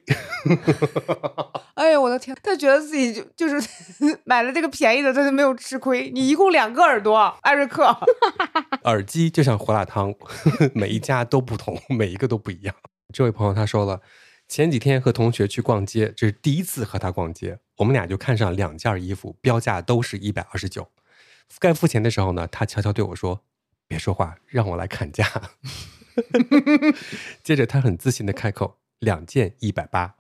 A: 哎呦我的天，他觉得自己就 [LAUGHS] 就是买了这个便宜的，他就没有吃亏。你一共两个耳朵，艾瑞克。
B: 耳机就像胡辣汤， [LAUGHS] 每一家都不同，每一个都不一样。这位朋友他说了，前几天和同学去逛街，这是第一次和他逛街，我们俩就看上两件衣服，标价都是一百二十九。该付钱的时候呢，他悄悄对我说：“别说话，让我来砍价。” [LAUGHS] 接着他很自信的开口：“两件一百八。”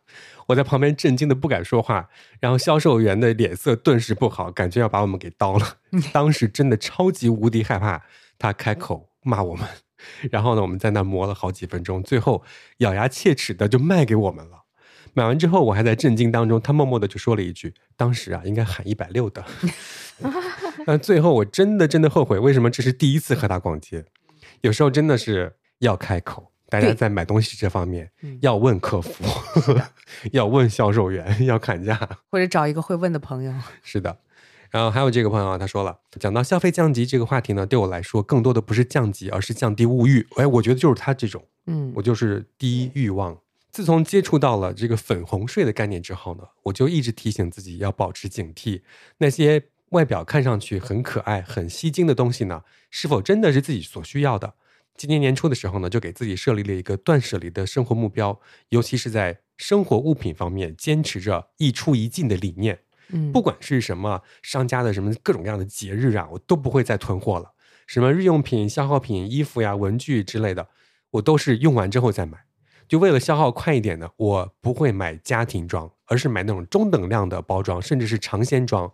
B: 我在旁边震惊的不敢说话，然后销售员的脸色顿时不好，感觉要把我们给刀了。
A: 嗯
B: [LAUGHS] 当时真的超级无敌害怕，他开口骂我们， [LAUGHS] 然后呢，我们在那磨了好几分钟，最后咬牙切齿的就卖给我们了。买完之后，我还在震惊当中，他默默的就说了一句：“当时啊，应该喊一百六
A: [LAUGHS]
B: 的。”但最后我真的真的后悔，为什么这是第一次和他逛街？有时候真的是要开口，大家
A: 对
B: 在买东西这方面
A: 嗯
B: 要问客服， [LAUGHS] 要问销售员，要砍价。
A: [LAUGHS] 或者找一个会问的朋友。
B: 是的。然后还有这个朋友啊，他说了，讲到消费降级这个话题呢，对我来说更多的不是降级，而是降低物欲。哎，我觉得就是他这种，
A: 嗯
B: 我就是低欲望。自从接触到了这个粉红税的概念之后呢，我就一直提醒自己要保持警惕，那些外表看上去很可爱、很吸睛的东西呢，是否真的是自己所需要的？今年年初的时候呢，就给自己设立了一个断舍离的生活目标，尤其是在生活物品方面，坚持着一出一进的理念。
A: 嗯
B: 不管是什么商家的什么各种各样的节日啊，我都不会再囤货了。什么日用品、消耗品、衣服呀、文具之类的，我都是用完之后再买。就为了消耗快一点的，我不会买家庭装，而是买那种中等量的包装，甚至是尝鲜装。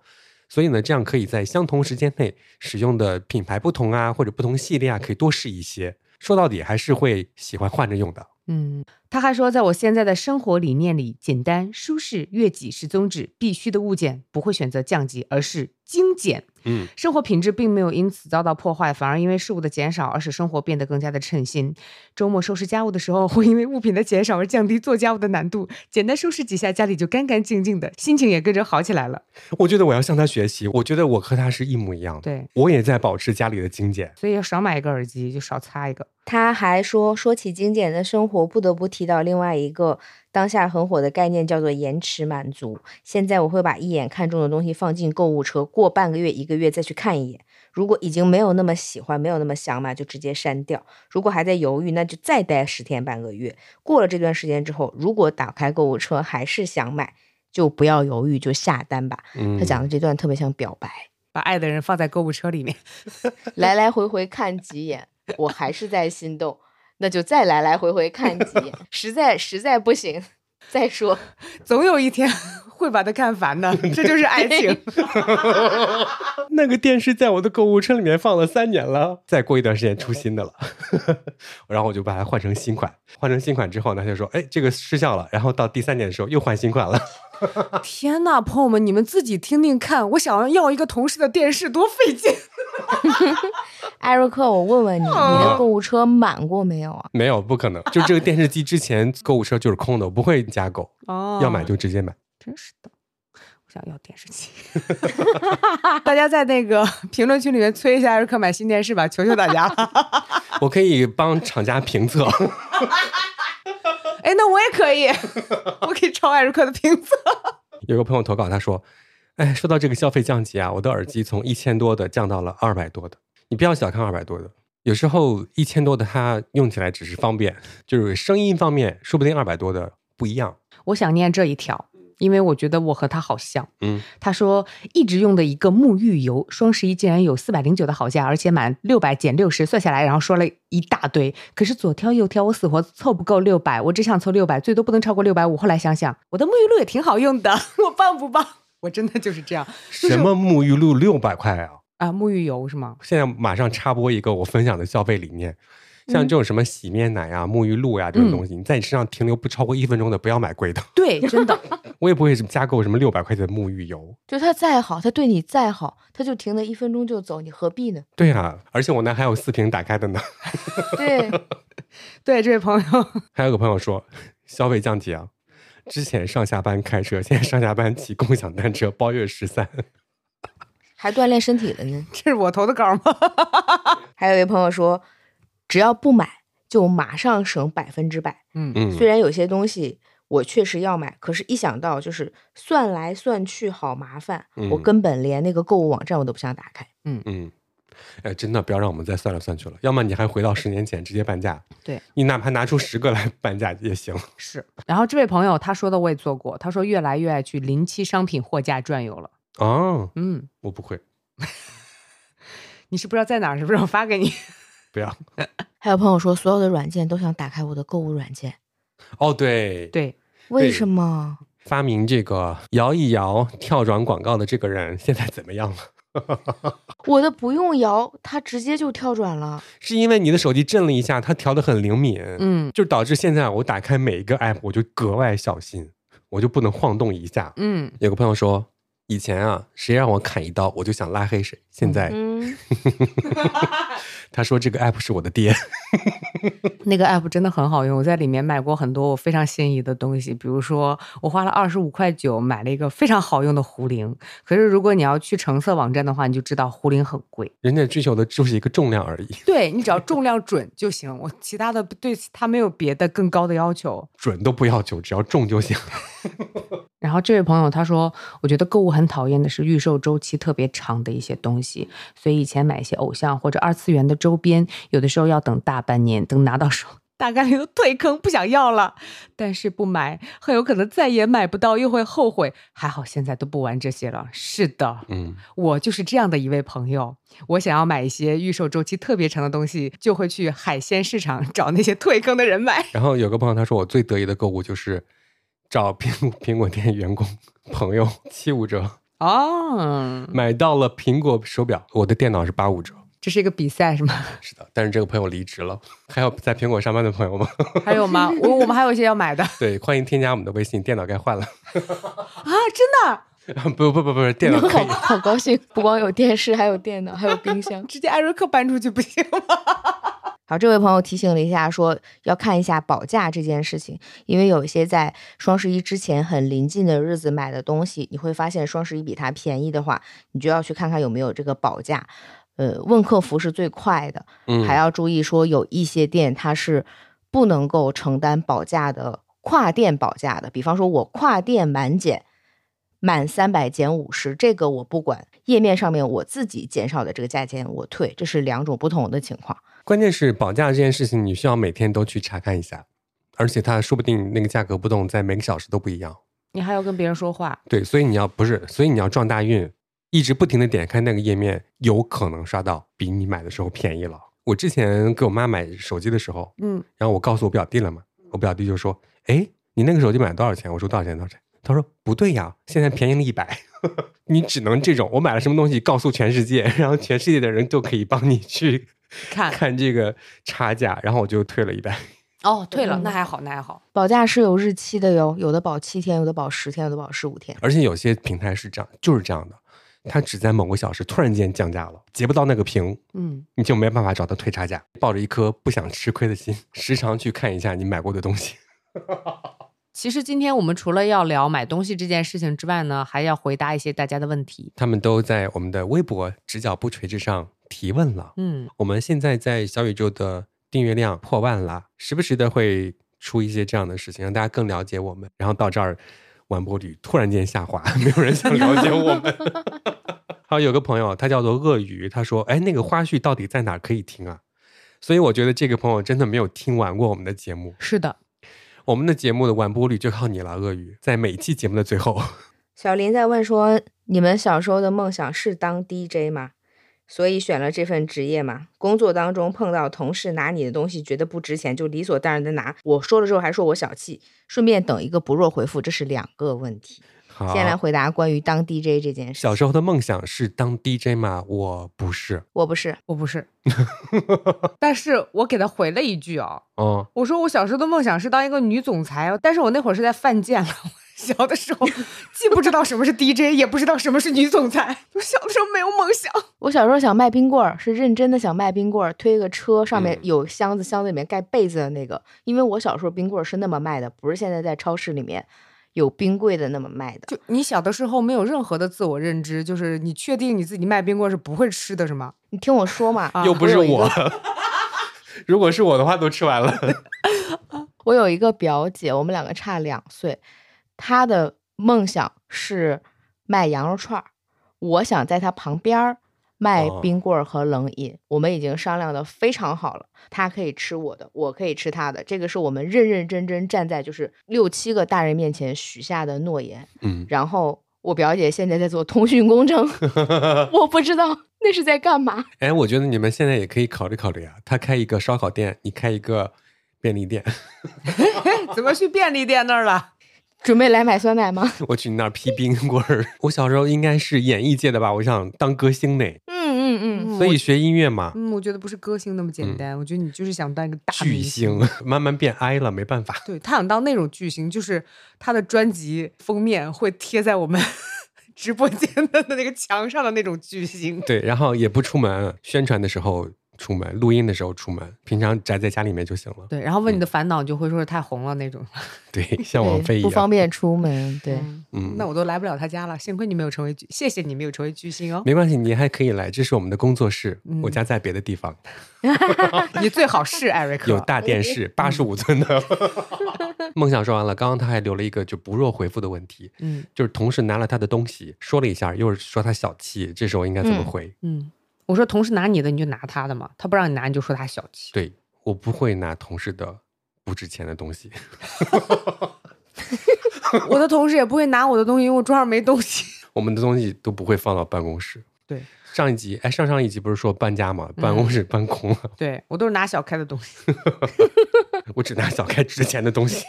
B: 所以呢，这样可以在相同时间内使用的品牌不同啊，或者不同系列啊，可以多试一些。说到底，还是会喜欢换着用的。
A: 嗯，他还说，在我现在的生活理念里，简单、舒适、悦己是宗旨，必须的物件不会选择降级，而是精简。
B: 嗯，
A: 生活品质并没有因此遭到破坏，反而因为事物的减少而使生活变得更加的称心。周末收拾家务的时候，会因为物品的减少而降低做家务的难度，简单收拾几下，家里就干干净净的，心情也跟着好起来了。
B: 我觉得我要向他学习，我觉得我和他是一模一样的。
A: 对，
B: 我也在保持家里的精简。
A: 所以要少买一个耳机，就少擦一个。
C: 他还说，说起精简的生活，不得不提到另外一个当下很火的概念，叫做延迟满足。现在我会把一眼看中的东西放进购物车，过半个月、一个月再去看一眼。如果已经没有那么喜欢，没有那么想买，就直接删掉；如果还在犹豫，那就再待十天半个月。过了这段时间之后，如果打开购物车还是想买，就不要犹豫，就下单吧。
B: 嗯，
C: 他讲的这段特别像表白，
A: 把爱的人放在购物车里面，
C: [LAUGHS] 来来回回看几眼，我还是在心动，那就再来来回回看几眼，实在实在不行再说。
A: 总有一天 [LAUGHS] 会把它看烦的，这就是爱情。
B: 那个电视在我的购物车里面放了三年了，再过一段时间出新的了， [LAUGHS] 然后我就把它换成新款。换成新款之后呢，他就说：“哎，这个失效了。”然后到第三年的时候又换新款了。 [LAUGHS]
A: 天呐，朋友们，你们自己听听看，我想要一个同事的电视多费劲。
C: [LAUGHS]
A: [LAUGHS]
C: 艾瑞克，我问问你，你
B: 嗯
C: 的购物车满过没有啊？
B: 没有，不可能，就这个电视机之前购物车就是空的，我不会加购，
A: 哦
B: 要买就直接买。
A: 真是的，我想要电视
B: [LAUGHS]
A: 机。大家在那个评论区里面催一下艾瑞克买新电视吧，求求大家 [LAUGHS] 了。
B: 我可以帮厂家评测，
A: 哎，那我也可
B: [LAUGHS]
A: 以，我可以抄艾瑞克的评测。
B: 有个朋友投稿，他说：“哎，说到这个消费降级啊，我的耳机从一千多的降到了二百多的。你不要小看二百多的，有时候一千多的它用起来只是方便，就是声音方面，说不定二百多的不一样。
A: 我想念这一条，因为我觉得我和他好像。
B: 嗯，
A: 他说一直用的一个沐浴油，双十一竟然有四百零九的好价，而且满六百减六十，算下来，然后说了一大堆。可是左挑右挑，我死活凑不够六百，我只想凑六百，最多不能超过六百五。后来想想，我的沐浴露也挺好用的， [LAUGHS] 我棒不棒？我真的就是这样
B: 什么沐浴露六百块啊？
A: 啊，沐浴油是吗？
B: 现在马上插播一个我分享的消费理念，像
A: 嗯
B: 这种什么洗面奶啊、沐浴露呀、这种东西，你在你身上停留不超过一分钟的，不要买贵的。 [LAUGHS]
A: 对，真的，
B: 我也不会加购什么六百块钱的沐浴油。
C: 就他再好，他对你再好，他就停那一分钟就走，你何必呢？
B: 对啊，而且我那还有四瓶打开的呢。
C: [LAUGHS] 对，
A: 对这位朋友，
B: 还有个朋友说，消费降级啊，之前上下班开车，现在上下班骑共享单车，包月十三。
C: 还锻炼身体了 [LAUGHS] 呢。
A: 这是我投的稿吗？ [LAUGHS]
C: 还有一位朋友说，只要不买，就马上省百分之百。
A: 嗯，
B: 嗯
C: 虽，然有些东西我确实要买，可是一想到就是算来算去好麻烦，我
B: 嗯
C: 根本连那个购物网站我都不想打开。
B: 嗯，哎，真的不要让我们再算来算去了，要么你还回到十年前直接半价。
A: 对
B: 你哪怕拿出十个来半价也行。
A: 是。然后这位朋友他说的我也做过，他说越来越爱去临期商品货架转悠了。
B: 哦，
A: 嗯，
B: 我不会，
A: 你是不知道在哪儿，是不是？我 [LAUGHS] 发给你。
B: 不要。
C: 还有朋友说，所有的软件都想打开我的购物软件，
B: 哦，对，
A: 对，
C: 为
B: 对
C: 什么？
B: 发明这个摇一摇跳转广告的这个人现在怎么样了？
C: 我的不用摇，它直接就跳转了。
B: 是因为你的手机震了一下，它调的很灵敏。嗯
A: 嗯
B: 就导致现在我打开每一个 app，我就格外小心，我就不能晃动一下。
A: 嗯，
B: 有个朋友说，以前啊，谁让我砍一刀，我就想拉黑谁。现在、
A: [LAUGHS]
C: 嗯，
B: [LAUGHS] 他说这个 app 是我的爹，
A: 那个 app 真的很好用，我在里面买过很多我非常心仪的东西，比如说我花了二十五块九买了一个非常好用的壶铃，可是如果你要去橙色网站的话，你就知道壶铃很贵，
B: 人家追求的就是一个重量而已，
A: 对你只要重量准就行，我其他的对它没有别的更高的要求。
B: 准都不要求，只要重就行。
A: 然后这位朋友他说，我觉得购物很讨厌的是预售周期特别长的一些东西，所以以前买一些偶像或者二次元的周边，有的时候要等大半年，等拿到手。大概率都退坑，不想要了。但是不买，很有可能再也买不到，又会后悔。还好现在都不玩这些了。是的，
B: 嗯，
A: 我就是这样的一位朋友。我想要买一些预售周期特别长的东西，就会去海鲜市场 [LAUGHS] 找那些退坑的人买。 [LAUGHS]
B: 然后有个朋友他说，我最得意的购物就是找苹苹果店员工朋友七五折，
A: 哦，
B: 买到了苹果手表，我的电脑是八五折。
A: 这是一个比赛是吗？
B: 是的，但是这个朋友离职了，还有在苹果上班的朋友吗？ [LAUGHS]
A: 还有 [LAUGHS] 吗？我我们还有一些要买的。 [LAUGHS]
B: 对，欢迎添加我们的微信，电脑该换了。
A: 啊，真的，
B: [LAUGHS] 不不不不，电
C: [LAUGHS]
B: 脑可
C: 好
B: 以。
C: 好高兴，不光有电视，还有电脑，还有冰箱。
A: 直接艾瑞克搬出去不行吗？
C: 好，这位朋友提醒了一下，说要看一下保价这件事情，因为有一些在双十一之前很临近的日子买的东西，你会发现双十一比它便宜的话，你就要去看看有没有这个保价。呃，问客服是最快的，
B: 嗯
C: 还要注意说有一些店它是不能够承担保价的跨店保价的，比方说我跨店满减。满三百减五十，这个我不管，页面上面我自己减少的这个价钱我退，这是两种不同的情况。
B: 关键是保价这件事情，你需要每天都去查看一下，而且它说不定那个价格波动在每个小时都不一样。
A: [LAUGHS] 你还要跟别人说话，
B: 对，所以你要不是，所以你要撞大运，一直不停的点开那个页面，有可能刷到比你买的时候便宜了。我之前给我妈买手机的时候，
A: 嗯，
B: 然后我告诉我表弟了嘛，我表弟就说：“哎，你那个手机买了多少钱？”我说：“多少钱？多少钱？”他说：“不对呀，现在便宜了一百。” [LAUGHS] 你只能这种，我买了什么东西告诉全世界，然后全世界的人就可以帮你去
A: 看
B: 看这个差价，然后我就退了一百。 [LAUGHS]
A: 哦，退了，那还好，那还好，
C: 保价是有日期的哟，有的保七天，有的保十天，有的保十五天。
B: 而且有些平台是这样，就是这样的，它只在某个小时突然间降价了，截不到那个屏，
A: 嗯，
B: 你就没办法找到退差价。抱着一颗不想吃亏的心，时常去看一下你买过的东西。
A: 其实今天我们除了要聊买东西这件事情之外呢，还要回答一些大家的问题。
B: 他们都在我们的微博“直角不垂直”上提问了。
A: 嗯，
B: 我们现在在小宇宙的订阅量破万啦，时不时的会出一些这样的事情，让大家更了解我们。然后到这儿，完播率突然间下滑，没有人想了解我们。 [LAUGHS] 还有有个朋友，他叫做鳄鱼，他说：“哎，那个花絮到底在哪儿可以听啊？”所以我觉得这个朋友真的没有听完过我们的节目。
A: 是的，
B: 我们的节目的完播率就靠你了，鳄鱼。在每期节目的最后， [LAUGHS]
C: 小林在问说：“你们小时候的梦想是当 DJ 吗？所以选了这份职业吗？工作当中碰到同事拿你的东西觉得不值钱，就理所当然的拿。我说了之后还说我小气，顺便等一个不弱回复，这是两个问题。
B: 好，
C: 先来回答关于当 DJ 这件事
B: 啊小，时候的梦想是当 DJ 吗？我不是。
C: 我不是，
A: 我不 [LAUGHS] 是，但是我给他回了一句哦，
B: 哦，
A: 我说我小时候的梦想是当一个女总裁哦，但是我那会儿是在犯贱了。 [LAUGHS] 我小的时候既不知道什么是 DJ，也不知道什么是女总裁。我小的时候没有梦想，
C: 我小时候想卖冰棍儿，是认真的想卖冰棍儿，推个车上面
B: 嗯
C: 有箱子，箱子里面盖被子的那个。因为我小时候冰棍儿是那么卖的，不是现在在超市里面有冰柜的那么卖的。
A: 就你小的时候没有任何的自我认知，就是你确定你自己卖冰棍是不会吃的，是吗？
C: 你听我
B: [LAUGHS]
C: 说嘛，
A: 啊
B: 又不是
C: 有一个
B: 我。如果是我的话，都吃完了。
C: 我有一个表姐，我们两个差两岁，她的梦想是卖羊肉串儿，我想在她旁边儿卖
B: 哦
C: 冰棍儿和冷饮。我们已经商量的非常好了，她可以吃我的，我可以吃她的，这个是我们认认真真站在就是六七个大人面前许下的诺言。
B: 嗯，
C: 然后我表姐现在在做通讯
B: [LAUGHS]
C: 公证，我不知道那是在干嘛。
B: 哎，我觉得你们现在也可以考虑考虑啊。他开一个烧烤店，你开一个便利店， [LAUGHS]
A: 怎么去便利店那儿了？
C: 准备来买酸奶
B: [LAUGHS]
C: 吗？
B: 我去你那儿批冰棍儿。 [LAUGHS] 我小时候应该是演艺界的吧，我想当歌星呢，
C: 嗯嗯嗯
A: 嗯
B: 所以学音乐嘛，
A: 嗯，我觉得不是歌星那么简
B: 嗯
A: 单，我觉得你就是想当一个大
B: 巨
A: 明
B: 星
C: 嗯
B: 慢慢变矮了，没办法。 [LAUGHS]
A: 对他想当那种巨星，就是他的专辑封面会贴在我们 [LAUGHS] 直播间的那个墙上的那种巨星。
B: 对，然后也不出门，宣传的时候出门，录音的时候出门，平常宅在家里面就行了。 [LAUGHS]
A: 对，然后问你的
B: 嗯
A: 烦恼，你就会说是太红了那种。
B: 对，像王菲
C: 对，
B: 一
C: 不方
B: 样。
C: 便出门，对。
A: 嗯
B: 嗯，
A: 那我都来不了他家了，幸亏你没有成为巨，谢谢你没有成为巨星哦。
B: 没关系，你还可以来，这是我们的工作室，
A: 嗯
B: 我家在别的地方，
A: 你最好是艾瑞克，
B: 有大电
A: 嗯
B: 视，八十五寸的。 [LAUGHS] 梦想说完了，刚刚他还留了一个就不弱回复的问题，
A: 嗯
B: 就是同事拿了他的东西，说了一下，又是说他小气，这时候应该怎么回？
A: 嗯，我说同事拿你的你就拿他的嘛，他不让你拿你就说他小气。
B: 对我不会拿同事的不值钱的东西，
A: [LAUGHS] 我的同事也不会拿我的东西，因为我桌上没东西。 [LAUGHS]
B: 我们的东西都不会放到办公室。
A: 对，嗯
B: 上一集哎，上上一集不是说搬家嘛，办公室搬空了， [LAUGHS]
A: 对我都是拿小开的东西，
B: 我只拿小开值钱的东西。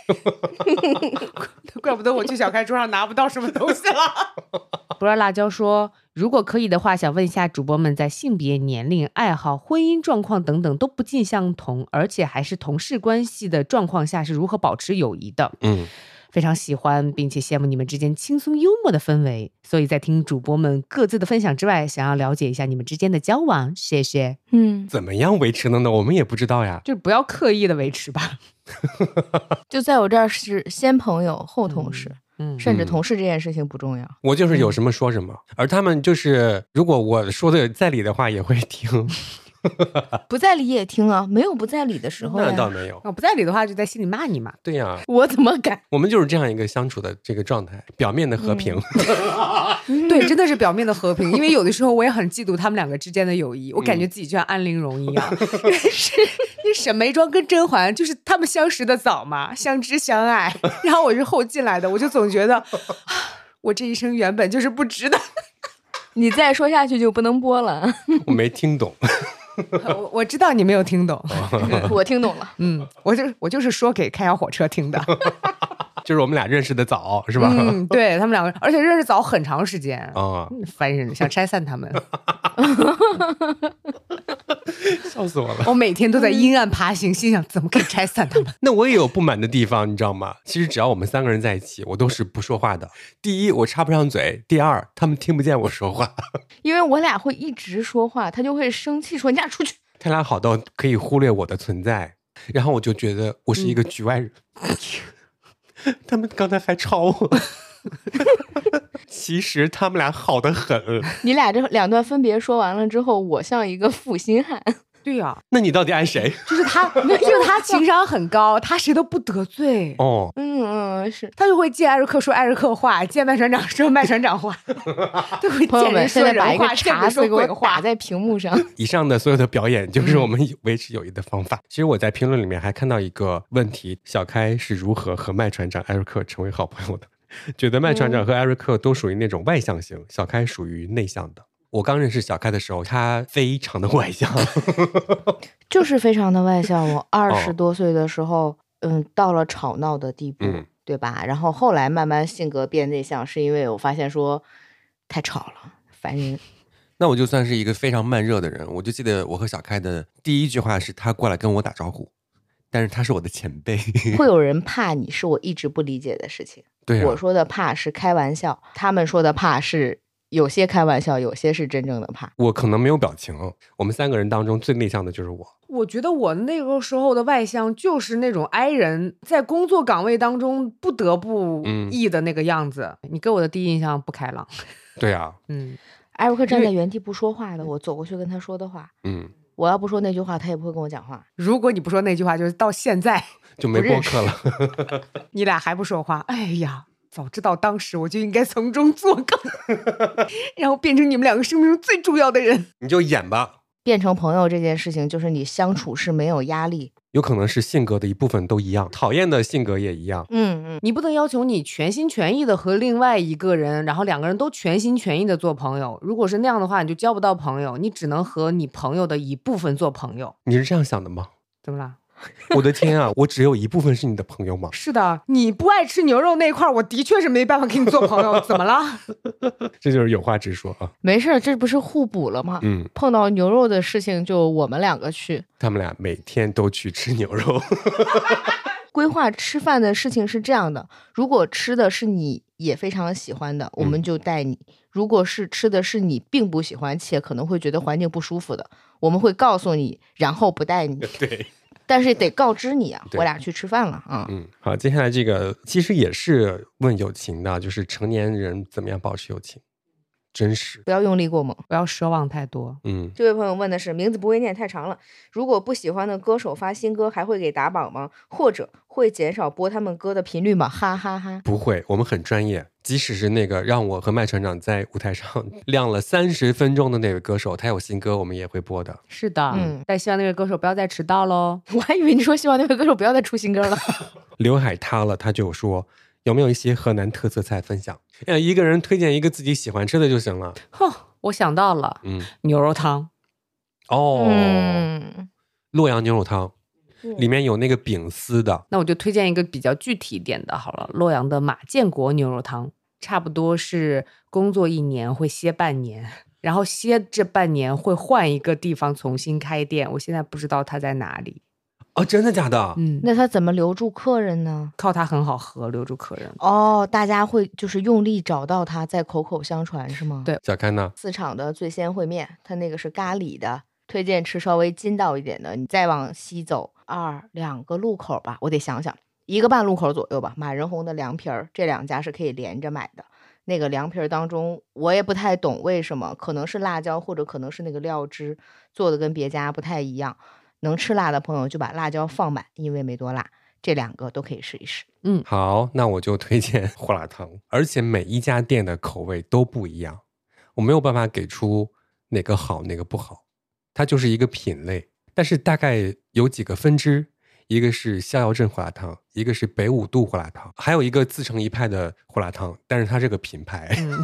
A: 怪不得我去小开桌上拿不到什么东西了。不热辣椒说，如果可以的话，想问一下主播们，在性别、年龄、爱好、婚姻状况等等都不尽相同，而且还是同事关系的状况下，是如何保持友谊的？
B: 嗯，
A: 非常喜欢，并且羡慕你们之间轻松幽默的氛围。所以在听主播们各自的分享之外，想要了解一下你们之间的交往，谢谢。
C: 嗯，
B: 怎么样维持的呢？我们也不知道呀。
A: 就是不要刻意的维持吧。
C: 就在我这儿是先朋友后同事，
A: 嗯
C: 甚至
B: 嗯
C: 同事这件事情不重要。
B: 我就是有什么说什么，而他们就是，如果我说的在理的话，也会听。
C: 不在理也听啊，没有不在理的时候
B: 那倒
C: 呀。
B: 没有。
A: 我不在理的话，就在心里骂你嘛。
B: 对呀、
C: 我怎么敢？
B: 我们就是这样一个相处的这个状态，表面的和平。
A: 对，真的是表面的和平，因为有的时候我也很嫉妒他们两个之间的友谊，我感觉自己就像安陵容一样，是那沈眉庄跟甄嬛，就是他们相识的早嘛，相知相爱，然后我是后进来的，我就总觉得啊我这一生原本就是不值得。 [LAUGHS]
C: 你再说下去就不能播了。
B: [LAUGHS] [LAUGHS] 我没听懂，
A: 我我知道你没有听懂，
C: 我听懂了，
A: 嗯，我就我就是说给开小火车听的，
B: 就是我们俩认识的早，是吧？
A: 嗯，对他们两个，而且认识早很长时间。
B: 啊、
A: 嗯烦人，想拆散他们。
B: 笑死我了！
A: 我每天都在阴暗爬行，心想怎么可以拆散他们？
B: 那我也有不满的地方，你知道吗？其实只要我们三个人在一起，我都是不说话的。第一，我插不上嘴；第二，他们听不见我说话。 [LAUGHS]
C: 因为我俩会一直说话，他就会生气说：“你俩出去。
B: 他俩好到可以忽略我的存在，然后我就觉得我是一个局外人。 [LAUGHS] 他们刚才还吵我， [LAUGHS] 其实他们俩好的很。” [LAUGHS]
C: 你俩这两段分别说完了之后，我像一个负心汉。
A: 对呀、
B: 那你到底爱谁？
A: 就是他，就是他情商很高，他谁都不得罪，
B: 哦，
C: 嗯嗯，是。
A: 他就会见艾瑞克说艾瑞克话，见麦船长说麦船长话，就会
C: 朋友
A: 见
C: 们，
A: 人
C: 现
A: 说
C: 在把
A: 人
C: 一个
A: 话，见
C: 茶
A: 鬼
C: 字
A: 说
C: 给
A: 鬼
C: 我打
A: 话。
C: 在屏幕上。
B: 以上的所有的表演就是我们维持友谊的方法。其实我在评论里面还看到一个问题：小开是如何和麦船长艾瑞克成为好朋友的？觉得麦船长和艾瑞克都属于那种外向型，小开属于内向的。我刚认识小开的时候，他非常的外向，
C: 就是非常的外向。我二
B: 哦
C: 十多岁的时候，嗯，到了吵闹的地步，
B: 嗯
C: 对吧？然后后来慢慢性格变内向，是因为我发现说太吵了，
B: [LAUGHS]
C: 烦人。
B: [LAUGHS] 那我就算是一个非常慢热的人，我就记得我和小开的第一句话是他过来跟我打招呼，但是他是我的前辈， [LAUGHS]
C: 会有人怕你，是我一直不理解的事情。
B: 对、啊
C: 我，说的怕是开玩笑，他们说的怕是有些开玩笑，有些是真正的怕。
B: 我可能没有表情。我们三个人当中最内向的就是我，
A: 我觉得我那个时候的外向就是那种 I 人，在工作岗位当中不得不
B: 嗯
A: E 的那个样子。你给我的第一印象不开朗，
B: 对啊，
A: 嗯，
C: 艾瑞克站在原地不说话的，我走过去跟他说的话，
B: 嗯，
C: 我要不说那句话，他也不会跟我讲话。
A: 如果你不说那句话，就是到现在
B: 就没
C: 不认
B: 播客了。
A: 你俩还不说话，哎呀，早知道当时我就应该从中作梗， [LAUGHS] 然后变成你们两个生命中最重要的人。
B: 你就演吧。
C: 变成朋友这件事情，就是你相处是没有压力。
B: 有可能是性格的一部分都一样，讨厌的性格也一样。
C: 嗯嗯，
A: 你不能要求你全心全意的和另外一个人，然后两个人都全心全意的做朋友。如果是那样的话，你就交不到朋友，你只能和你朋友的一部分做朋友。
B: 你是这样想的吗？ [LAUGHS]
A: 怎么了？
B: 我的天啊，我只有一部分是你的朋友吗？ [LAUGHS]
A: 是的，你不爱吃牛肉那块儿，我的确是没办法跟你做朋友。怎么了？ [LAUGHS]
B: 这就是有话直说啊。
C: 没事儿，这不是互补了吗？
B: 嗯，
C: 碰到牛肉的事情，就我们两个去
B: 他们俩每天都去吃牛肉， [LAUGHS]
C: 规划吃饭的事情是这样的：如果吃的是你也非常喜欢的，我们
B: 嗯
C: 就带你；如果是吃的是你并不喜欢且可能会觉得环境不舒服的，我们会告诉你，然后不带你，
B: 对，
C: 但是得告知你啊，
B: 对
C: 我俩去吃饭了啊。
B: 嗯，好，接下来这个其实也是问友情的，就是成年人怎么样保持友情，真实，
C: 不要用力过猛。
A: 不要奢望太多。
B: 嗯，
C: 这位朋友问的是名字不会念太长了。如果不喜欢的歌手发新歌，还会给打榜吗？或者会减少播他们歌的频率吗？哈哈哈
B: 不会，我们很专业。即使是那个让我和麦船长在舞台上 [LAUGHS] 亮了三十分钟的那位歌手，他有新歌，我们也会播的。
A: 是的，
C: 嗯
A: 但希望那位歌手不要再迟到喽。
C: 我还以为你说希望那位歌手不要再出新歌了。
B: 刘海塌了，他就说有没有一些河南特色菜分享？哎，一个人推荐一个自己喜欢吃的就行了。
A: [LAUGHS] 哼，我想到了
B: 嗯，
A: 牛肉汤，
B: 哦，
C: 嗯，
B: 洛阳牛肉汤里面有那个饼丝的，
A: 那我就推荐一个比较具体一点的好了，洛阳的马建国牛肉汤，差不多是工作一年会歇半年，然后歇这半年会换一个地方重新开店，我现在不知道它在哪里。
B: 哦，真的假的？
A: 嗯，
C: 那他怎么留住客人呢？
A: 靠它很好喝，留住客人。
C: 哦，大家会就是用力找到他，再口口相传是吗？
A: 对
B: 小开呢？
C: 四场的最先烩面，它那个是咖喱的，推荐吃稍微筋道一点的。你再往西走二两个路口吧，我得想想，一个半路口左右吧。马仁红的凉皮儿，这两家是可以连着买的。那个凉皮儿当中，我也不太懂为什么，可能是辣椒或者可能是那个料汁做的跟别家不太一样。能吃辣的朋友就把辣椒放满，因为没多辣。这两个都可以试一试。
B: 好，那我就推荐 [LAUGHS] 胡辣汤，而且每一家店的口味都不一样，我没有办法给出哪个好哪个不好，它就是一个品类。但是大概有几个分支，一个是逍遥镇胡辣汤，一个是北五渡胡辣汤，还有一个自成一派的胡辣汤，但是它这个品牌、
A: [LAUGHS] 嗯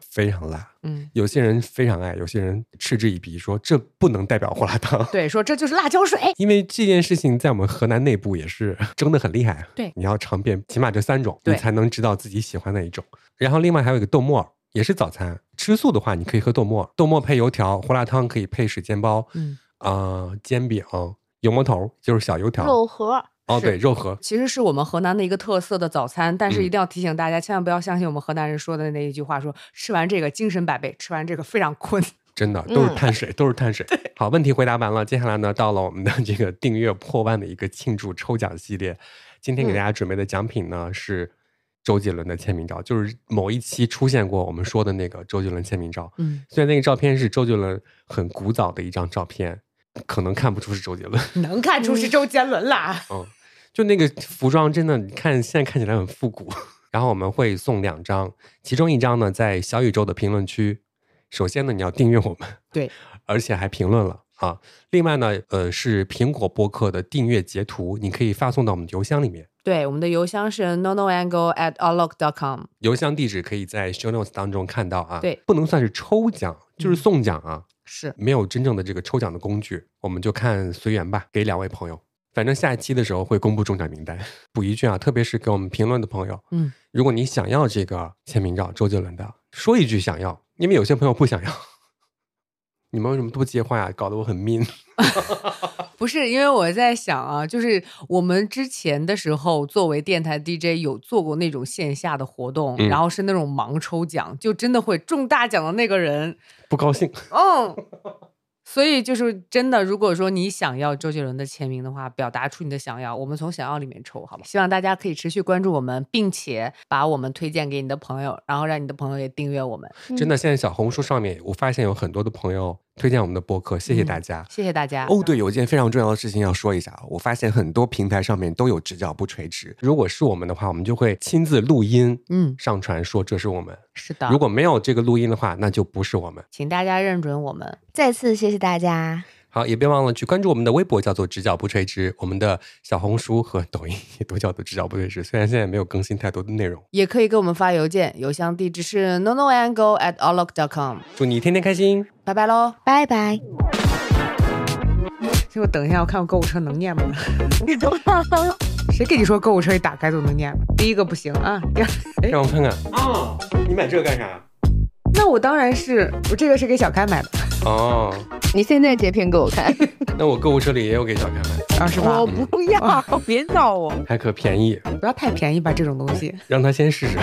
B: 非常辣，
A: 嗯，
B: 有些人非常爱，有些人嗤之以鼻，说这不能代表胡辣汤。
A: 对，说这就是辣椒水。
B: 因为这件事情在我们河南内部也是 [LAUGHS] 争得很厉害。啊
A: 对
B: 你要尝遍起码这三种，你
A: 对
B: 才能知道自己喜欢哪一种。然后另外还有一个豆沫儿，也是早餐。吃素的话，你可以喝豆沫儿，豆沫配油条，胡辣汤可以配水煎包，
A: 嗯，
B: 啊、煎饼、油馍头就是小油条，
C: 肉盒，
B: 哦，
A: 是
B: 对，肉盒，
A: 其实是我们河南的一个特色的早餐，但是一定要提醒大家，千万不要相信我们河南人说的那一句话说，吃完这个精神百倍，吃完这个非常困。
B: 真的都是
C: 嗯
B: 碳水，都是碳水。好，问题回答完了，接下来呢，到了我们的这个订阅破万的一个庆祝抽奖系列。今天给大家准备的奖品呢、是周杰伦的签名照，就是某一期出现过我们说的那个周杰伦签名照。
A: 嗯，
B: 虽然那个照片是周杰伦很古早的一张照片，可能看不出是周杰伦。
A: 能看出是周杰伦啦。
B: 就那个服装真的，你看现在看起来很复古。 [LAUGHS] 然后我们会送两张，其中一张呢在小宇宙的评论区。首先呢，你要订阅我们，
A: 对，
B: [LAUGHS] 而且还评论了啊。另外呢，呃，是苹果播客的订阅截图，你可以发送到我们的邮箱里面。
A: 对，我们的邮箱是 no no angle at outlook dot com。
B: 邮箱地址可以在 show notes 当中看到啊。
A: 对
B: 不能算是抽奖，就是
A: 嗯
B: 送奖啊。
A: 是，
B: 没有真正的这个抽奖的工具，我们就看随缘吧，给两位朋友。反正下一期的时候会公布中奖名单。 [LAUGHS] 补一句啊，特别是给我们评论的朋友，
A: 嗯，
B: 如果你想要这个签名照，周杰伦的，说一句想要，因为有些朋友不想要。 [LAUGHS] 你们为什么都不接话呀、搞得我很 mean。 [LAUGHS]
A: 不是因为我在想啊，就是我们之前的时候，作为电台 DJ 有做过那种线下的活动，
B: 嗯
A: 然后是那种盲抽奖，就真的会中大奖的那个人，
B: 不高兴， [LAUGHS]
A: 嗯。所以就是真的，如果说你想要周杰伦的签名的话，表达出你的想要，我们从想要里面抽，好吧？希望大家可以持续关注我们，并且把我们推荐给你的朋友，然后让你的朋友也订阅我们。
B: 真的。现在小红书上面，我发现有很多的朋友推荐我们的播客，谢谢大家。
A: 谢谢大家。
B: 哦，对，有一件非常重要的事情要说一下，啊我发现很多平台上面都有直角不垂直。如果是我们的话，我们就会亲自录音，
A: 嗯，
B: 上传说这是我们。
A: 是的。
B: 如果没有这个录音的话，那就不是我们。
A: 请大家认准我们，
C: 再次谢谢大家。
B: 好，也别忘了去关注我们的微博，叫做“直角不垂直”，我们的小红书和抖音也都叫做“直角不垂直”。虽然现在没有更新太多的内容，
A: 也可以给我们发邮件，邮箱地址是 no no angle at outlook dot com。
B: 祝你天天开心。
A: 拜拜喽！
C: 拜拜。
A: 结果等一下，我看我购物车能
H: [LAUGHS]
A: 念吗？谁跟你说购物车一打开就能念？第一个不行啊，第二哎
B: 让我看看啊、你买这个干啥？
A: 那我当然是我这个是给小开买的
B: 哦，
C: 你现在截屏给我看，
B: 那我购物车里也有给小开买，
A: 啊，是吧？
G: 不要，别找我。
B: 还可便宜，
A: 不要太便宜吧，这种东西。
B: 让他先试试。